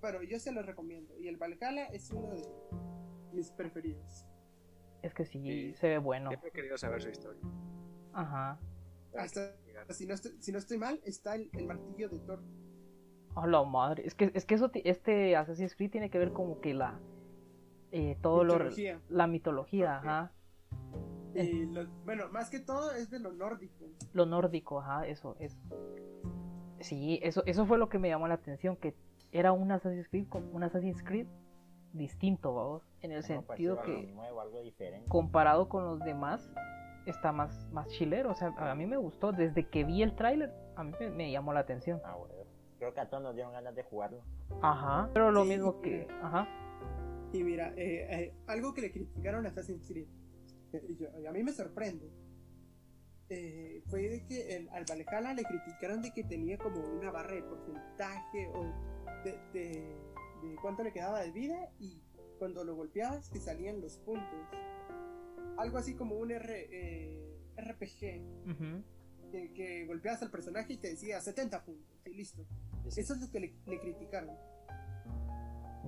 Speaker 3: Pero yo se los recomiendo. Y el Valhalla es uno de mis preferidos.
Speaker 1: Es que sí,
Speaker 4: Sí.
Speaker 1: se ve bueno.
Speaker 4: Siempre he querido saber su historia.
Speaker 1: Ajá.
Speaker 4: Ah,
Speaker 3: Hasta-
Speaker 4: llegar.
Speaker 3: Si no estoy, si no estoy mal, está el, el martillo de Thor.
Speaker 1: A la madre. Es que, es que eso ti- este Assassin's Creed tiene que ver como que la eh, todo lo re-
Speaker 3: mitología.
Speaker 1: la mitología,
Speaker 4: Ok.
Speaker 1: ajá. Eh.
Speaker 3: Y lo- bueno, más que todo es de lo nórdico.
Speaker 1: lo nórdico, ajá, eso, eso. Sí, eso, eso fue lo que me llamó la atención, que era un Assassin's Creed, con- un Assassin's Creed distinto, vamos, en el
Speaker 2: Como por
Speaker 1: sentido
Speaker 2: decir algo
Speaker 1: que
Speaker 2: nuevo, algo diferente.
Speaker 1: comparado con los demás está más, más chilero, o sea, a mí me gustó, desde que vi el tráiler, a mí me, me llamó la atención.
Speaker 2: Ah, huevo. Creo que a todos nos dieron ganas de jugarlo.
Speaker 1: Ajá, pero lo
Speaker 3: Sí,
Speaker 1: mismo que, ajá,
Speaker 3: Y mira, eh, eh, algo que le criticaron a Assassin's Creed, eh, y yo- y a mí me sorprende, eh, fue de que el, al Valhalla le criticaron de que tenía como una barra de porcentaje o de, de- de cuánto le quedaba de vida y cuando lo golpeabas te salían los puntos. Algo así como un R, eh, RPG,
Speaker 1: ujú,
Speaker 3: que, que golpeabas al personaje y te decía 70 puntos y listo.
Speaker 4: Sí,
Speaker 3: Eso es lo que le- le criticaron.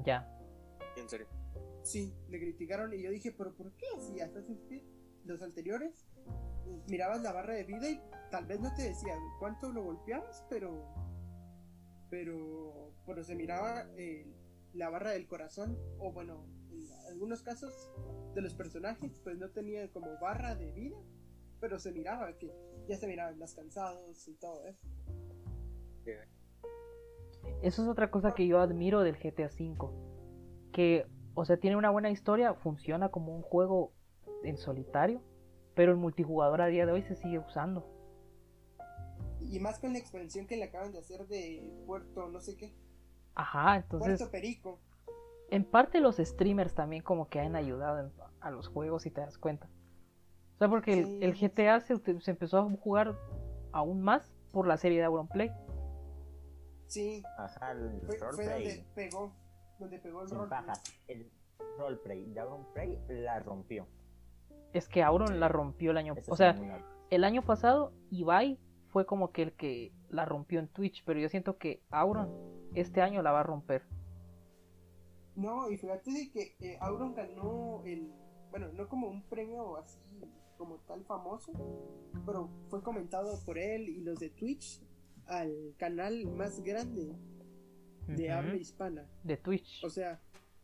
Speaker 1: ya.
Speaker 4: En serio.
Speaker 3: Sí, le criticaron y yo dije, pero ¿por qué? Si Assassin's Creed, los anteriores, eh, mirabas la barra de vida y tal vez no te decían cuánto lo golpeabas, pero... Pero... Pero se miraba eh, la barra del corazón, o bueno, en algunos casos de los personajes, pues no tenían como barra de vida, pero se miraba que ya se miraban más cansados y todo eso.
Speaker 1: Eso es otra cosa que yo admiro del GTA V. Que, o sea, tiene una buena historia, funciona como un juego en solitario, pero el multijugador a día de hoy se sigue usando.
Speaker 3: Y más con la expansión que le acaban de hacer de Puerto, no sé qué,
Speaker 1: Ajá, entonces,
Speaker 3: Puerto Perico.
Speaker 1: en parte los streamers también como que han ayudado en- a los juegos si te das cuenta. O sea, porque el, el
Speaker 3: Sí,
Speaker 1: GTA se, ut- se empezó a jugar aún más por la serie de Auronplay.
Speaker 3: Sí,
Speaker 2: Ajá, el
Speaker 3: fue, fue donde
Speaker 2: roleplay.
Speaker 3: pegó. Donde pegó el
Speaker 2: Sin
Speaker 3: rol.
Speaker 2: pajas. El roleplay. Dragonplay la rompió.
Speaker 1: Es que Auron la rompió el año.
Speaker 2: Eso
Speaker 1: O
Speaker 2: es
Speaker 1: sea,
Speaker 2: inmune.
Speaker 1: el año pasado Ibai fue como que el que la rompió en Twitch, pero yo siento que Auron este año la va a romper.
Speaker 3: No, y fíjate de que eh, Auron ganó el. Bueno, no como un premio así como tal famoso, pero fue comentado por él y los de Twitch al canal más grande de
Speaker 1: Ujú,
Speaker 3: habla hispana.
Speaker 1: de Twitch.
Speaker 3: O sea,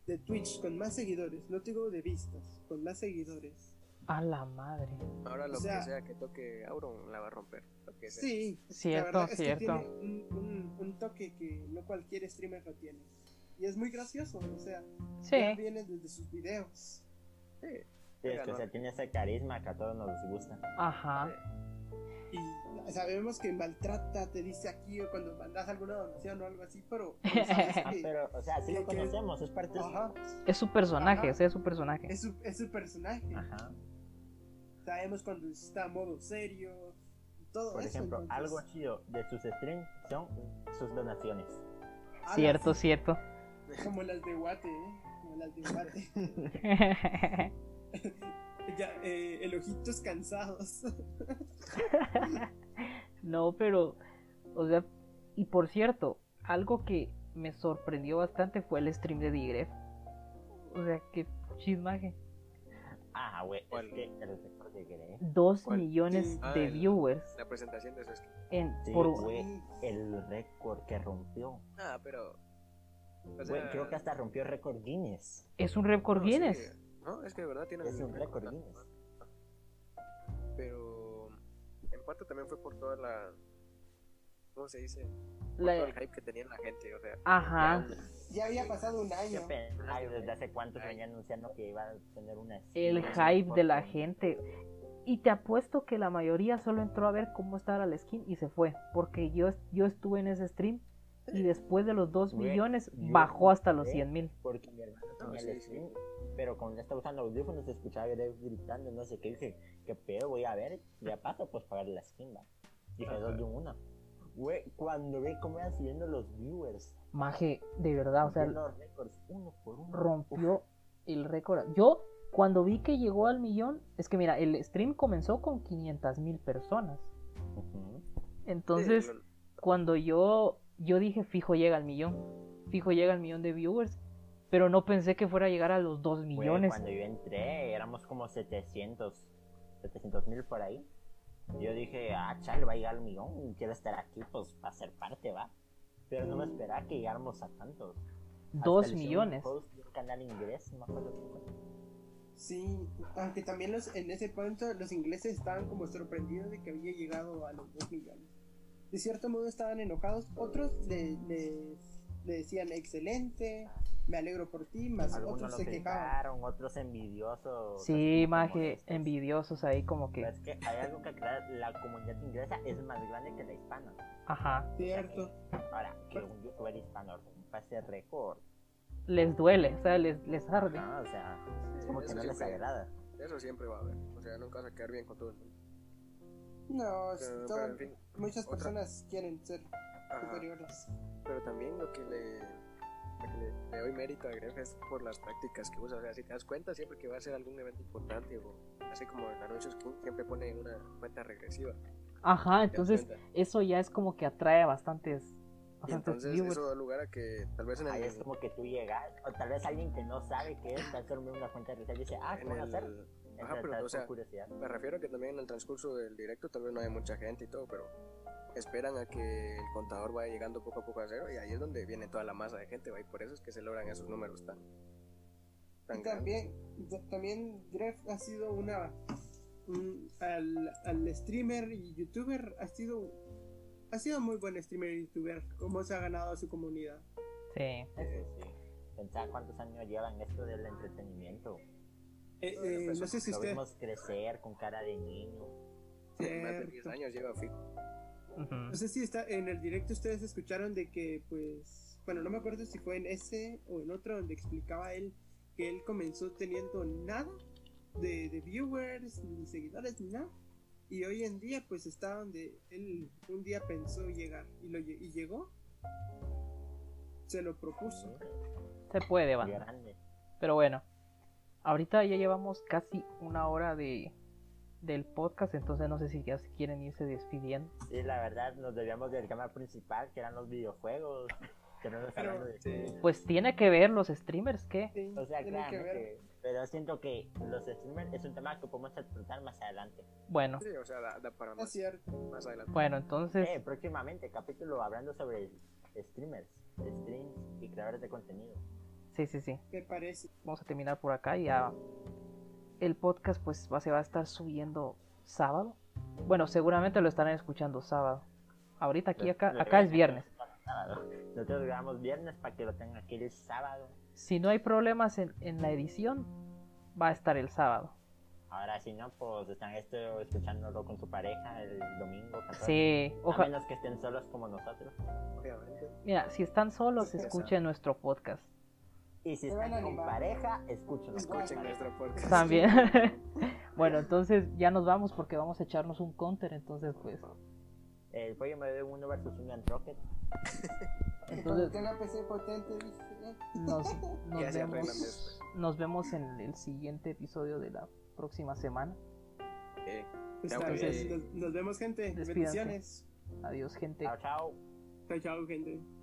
Speaker 3: de Twitch con más seguidores, no te digo de vistas, con más seguidores.
Speaker 1: A la madre.
Speaker 4: Ahora lo
Speaker 3: O sea-
Speaker 4: que sea que toque Auron la va a romper. Lo que este, sea.
Speaker 3: Sí, la
Speaker 1: Cierto,
Speaker 3: verdad es que
Speaker 1: cierto.
Speaker 3: tiene un, un- un toque que no cualquier streamer lo tiene. Y es muy gracioso, o sea, ya
Speaker 1: Sí,
Speaker 3: viene desde sus videos.
Speaker 4: Sí.
Speaker 2: Sí, es
Speaker 4: Oiga,
Speaker 2: que
Speaker 4: no.
Speaker 2: se tiene ese carisma que a todos nos gusta.
Speaker 1: ajá.
Speaker 3: Y sabemos que maltrata, te dice aquí o cuando mandas alguna donación o algo así, pero pero sabes
Speaker 2: Ah,
Speaker 3: que
Speaker 2: pero, o sea, sí
Speaker 3: Sí,
Speaker 2: lo
Speaker 3: que-
Speaker 2: conocemos, es parte de su...
Speaker 3: Ajá.
Speaker 1: Es su personaje,
Speaker 3: Ajá.
Speaker 1: ese es su personaje.
Speaker 3: es su, es su personaje.
Speaker 2: Ajá.
Speaker 3: Sabemos cuando está a modo serio, todo
Speaker 2: Por
Speaker 3: eso.
Speaker 2: ejemplo,
Speaker 3: entonces, ah,
Speaker 2: algo chido de sus streams son sus donaciones.
Speaker 3: alas,
Speaker 1: Cierto, cierto.
Speaker 3: Como las de Guate, ¿eh? Como las de Guate. Ya, eh, el ojitos cansados.
Speaker 1: no, pero, o sea, y por cierto, algo que me sorprendió bastante fue el stream de Digref. O sea, qué chismaje.
Speaker 2: Ah, güey,
Speaker 4: ¿Cuál?
Speaker 2: es que el récord de Grey.
Speaker 1: Dos
Speaker 4: ¿Cuál?
Speaker 1: millones
Speaker 4: Ah,
Speaker 1: de
Speaker 4: el-
Speaker 1: viewers
Speaker 4: La presentación de su skin.
Speaker 1: en
Speaker 2: Sí,
Speaker 1: por
Speaker 2: güey, el récord que rompió.
Speaker 4: Ah, pero. o
Speaker 2: Güey,
Speaker 4: sea,
Speaker 2: creo que hasta rompió récord Guinness.
Speaker 1: es un récord
Speaker 4: no, sí.
Speaker 1: Guinness.
Speaker 4: No, es que de verdad tiene
Speaker 2: Es un récord
Speaker 4: ¿no?
Speaker 2: Guinness.
Speaker 4: Pero. En parte también fue por toda la. ¿Cómo se dice? Por
Speaker 1: La-
Speaker 4: todo el hype que tenía la gente, o sea. Ah,
Speaker 1: Ajá.
Speaker 4: era un-
Speaker 3: Ya había pasado un
Speaker 2: Qué
Speaker 3: año.
Speaker 2: pena,
Speaker 4: Ay,
Speaker 2: ay, desde hace cuánto se
Speaker 4: ay.
Speaker 2: venía anunciando que iba a tener una...
Speaker 1: El
Speaker 2: skin,
Speaker 1: hype de la
Speaker 2: porque-
Speaker 1: gente. Y te apuesto que la mayoría solo entró a ver cómo estaba la skin y se fue. Porque yo, yo estuve en ese stream y después de los 2
Speaker 2: Güey,
Speaker 1: millones
Speaker 2: yo
Speaker 1: bajó hasta los
Speaker 2: sé.
Speaker 1: 100 mil.
Speaker 2: Porque mi hermano
Speaker 4: No,
Speaker 2: tenía
Speaker 4: sí,
Speaker 2: el
Speaker 4: sí.
Speaker 2: stream, pero como ya estaba usando audífonos, escuchaba a Grey gritando, no sé qué, dije, qué pedo, voy a ver, ya paso, pues pagar la skin, va. Dije,
Speaker 4: Ajá.
Speaker 2: dos de una. Güey, cuando vi cómo iban subiendo los viewers,
Speaker 1: Maje, de verdad, Ah, o sea,
Speaker 2: rompiendo los récords uno por uno.
Speaker 1: rompió el récord. Yo, cuando vi que llegó al millón, es que mira, el stream comenzó con 500 mil personas.
Speaker 2: Ujú.
Speaker 1: Entonces,
Speaker 4: Sí, no,
Speaker 1: cuando yo, yo dije, fijo llega al millón, fijo llega al millón de viewers, pero no pensé que fuera a llegar a los 2
Speaker 2: Güey,
Speaker 1: millones.
Speaker 2: cuando yo entré, éramos como 700, 700 mil por ahí. Yo dije, ah, chale, va a llegar el millón, quiero estar aquí, pues, para ser parte, va. Pero no me esperaba que llegáramos a tantos. Hasta
Speaker 1: 2
Speaker 2: le hicieron un
Speaker 1: millones.
Speaker 2: post de un canal inglés, no me acuerdo qué fue.
Speaker 3: Sí, aunque también los, en ese punto los ingleses estaban como sorprendidos de que había llegado a los 2 millones. De cierto modo estaban enojados, otros le, le- le decían excelente, me alegro por ti, más
Speaker 2: Algunos
Speaker 3: otros
Speaker 2: lo
Speaker 3: se quejaban.
Speaker 2: criticaron, otros envidiosos.
Speaker 1: Sí,
Speaker 2: otros
Speaker 1: maje,
Speaker 2: molestos.
Speaker 1: envidiosos ahí como
Speaker 2: Pero
Speaker 1: que,
Speaker 2: es que hay algo que aclarar, la comunidad inglesa es más grande que la hispana.
Speaker 1: ajá,
Speaker 3: Cierto,
Speaker 2: Ahora, que un youtuber hispano rompa ese récord.
Speaker 1: les duele, o sea, les, les arde.
Speaker 2: No, o sea, es
Speaker 4: sí,
Speaker 2: como que
Speaker 4: eso
Speaker 2: no les
Speaker 4: siempre-
Speaker 2: agrada.
Speaker 4: Eso siempre va a haber. O sea, nunca vas a quedar bien con todo el mundo.
Speaker 3: no, es
Speaker 2: Pues,
Speaker 4: Pero,
Speaker 3: todo-
Speaker 4: pero, en fin,
Speaker 3: muchas
Speaker 4: otra-
Speaker 3: personas quieren ser
Speaker 4: ajá.
Speaker 3: superiores.
Speaker 4: Pero también lo que le, lo que le, le doy mérito a Gref es por las tácticas que usa. O sea, si te das cuenta, siempre que va a ser algún evento importante o así como el anuncio Skin, siempre pone una cuenta regresiva. ¿te das
Speaker 1: Ajá, entonces
Speaker 4: cuenta?
Speaker 1: eso ya es como que atrae a bastantes,
Speaker 4: Y
Speaker 1: bastantes
Speaker 4: entonces
Speaker 1: viewers.
Speaker 4: eso da lugar a que tal vez en el.
Speaker 2: Ahí es como que tú llegas, o tal vez alguien que no sabe qué es, va a hacerme una cuenta de y dice, ah, ¿qué
Speaker 4: en
Speaker 2: van a hacer?
Speaker 4: el-
Speaker 2: Entra,
Speaker 4: ajá, pero,
Speaker 2: tal,
Speaker 4: o
Speaker 2: por
Speaker 4: sea, eh,
Speaker 2: curiosidad.
Speaker 4: me refiero a que también en el transcurso del directo tal vez no hay mucha gente y todo, pero esperan a que el contador vaya llegando poco a poco a cero y ahí es donde viene toda la masa de gente, ¿va? y por eso es que se logran esos números tan, tan
Speaker 3: Y
Speaker 4: grandes.
Speaker 3: también, ta- también Gref ha sido una. un- al, al streamer y youtuber ha sido. Ha sido muy buen streamer y youtuber. Cómo se ha ganado a su comunidad.
Speaker 1: Sí.
Speaker 2: Eso sí. Pensaba cuántos años llevan esto del entretenimiento.
Speaker 3: Eh,
Speaker 4: Bueno,
Speaker 3: eh,
Speaker 4: pues,
Speaker 3: no sé si
Speaker 2: Lo
Speaker 3: usted.
Speaker 2: vimos crecer con cara de niño.
Speaker 4: Sí, más de 10
Speaker 3: Cierto.
Speaker 4: años lleva fijo.
Speaker 1: Ujú.
Speaker 3: No sé si está en el directo ustedes escucharon de que, pues. Bueno, no me acuerdo si fue en ese o en otro donde explicaba él que él comenzó teniendo nada de, de viewers, ni seguidores, ni nada. Y hoy en día, pues está donde él un día pensó llegar y, lo, lle- y llegó. Se lo propuso.
Speaker 1: Se puede, banda.
Speaker 2: Grande.
Speaker 1: Pero bueno, ahorita ya llevamos casi una hora de del podcast, entonces no sé si ya se quieren irse despidiendo.
Speaker 2: Sí, la verdad, nos debíamos del tema principal, que eran los videojuegos. Que no nos
Speaker 3: Pero-
Speaker 2: hablamos de-
Speaker 1: Pues tiene que ver los streamers, ¿qué?
Speaker 3: Sí,
Speaker 2: O sea,
Speaker 3: tiene
Speaker 2: claro,
Speaker 3: que ver.
Speaker 2: que- pero siento que los streamers es un tema que podemos tratar más adelante.
Speaker 1: Bueno,
Speaker 4: Sí, o sea, da, da para
Speaker 3: Es
Speaker 4: más,
Speaker 3: cierto.
Speaker 4: más adelante.
Speaker 1: bueno, entonces
Speaker 2: Eh, próximamente, capítulo hablando sobre streamers, streams y creadores de contenido.
Speaker 1: sí, sí, sí.
Speaker 3: Me parece.
Speaker 1: Vamos a terminar por acá y ya el podcast pues va, se va a estar subiendo sábado. Bueno, seguramente lo estarán escuchando sábado. Ahorita aquí
Speaker 2: Eh,
Speaker 1: acá acá es viernes.
Speaker 2: Sábado. Nosotros grabamos viernes para que lo tengan aquí el sábado.
Speaker 1: Si no hay problemas en, en la edición, va a estar el sábado.
Speaker 2: Ahora si no, pues están esto escuchándolo con su pareja el domingo. 14.
Speaker 1: Sí,
Speaker 2: A
Speaker 1: ojalá.
Speaker 2: menos que estén solos como nosotros.
Speaker 4: Obviamente.
Speaker 1: Mira, si están solos,
Speaker 4: Sí, sí,
Speaker 1: escuchen nuestro podcast.
Speaker 2: Y si
Speaker 3: Se van
Speaker 2: están
Speaker 3: a
Speaker 2: con
Speaker 3: animar.
Speaker 2: pareja, escúchenlo.
Speaker 4: Escuchen nuestro podcast.
Speaker 1: También. bueno, entonces ya nos vamos porque vamos a echarnos un counter, entonces pues.
Speaker 2: El pollo me debe uno versus uno en Rocket.
Speaker 3: Cuando
Speaker 1: Entonces
Speaker 3: tenga PC potente, dije, eh,
Speaker 1: nos,
Speaker 4: Ya
Speaker 1: nos
Speaker 4: se arreglan
Speaker 1: vemos.
Speaker 4: después.
Speaker 1: Nos vemos en el siguiente episodio de la próxima semana.
Speaker 4: Eh,
Speaker 3: pues,
Speaker 4: Ya, ok.
Speaker 3: entonces, nos, nos vemos, gente.
Speaker 1: Despídanse.
Speaker 3: Bendiciones.
Speaker 1: Adiós, gente.
Speaker 2: Chao, chao.
Speaker 3: Chao, chao, gente.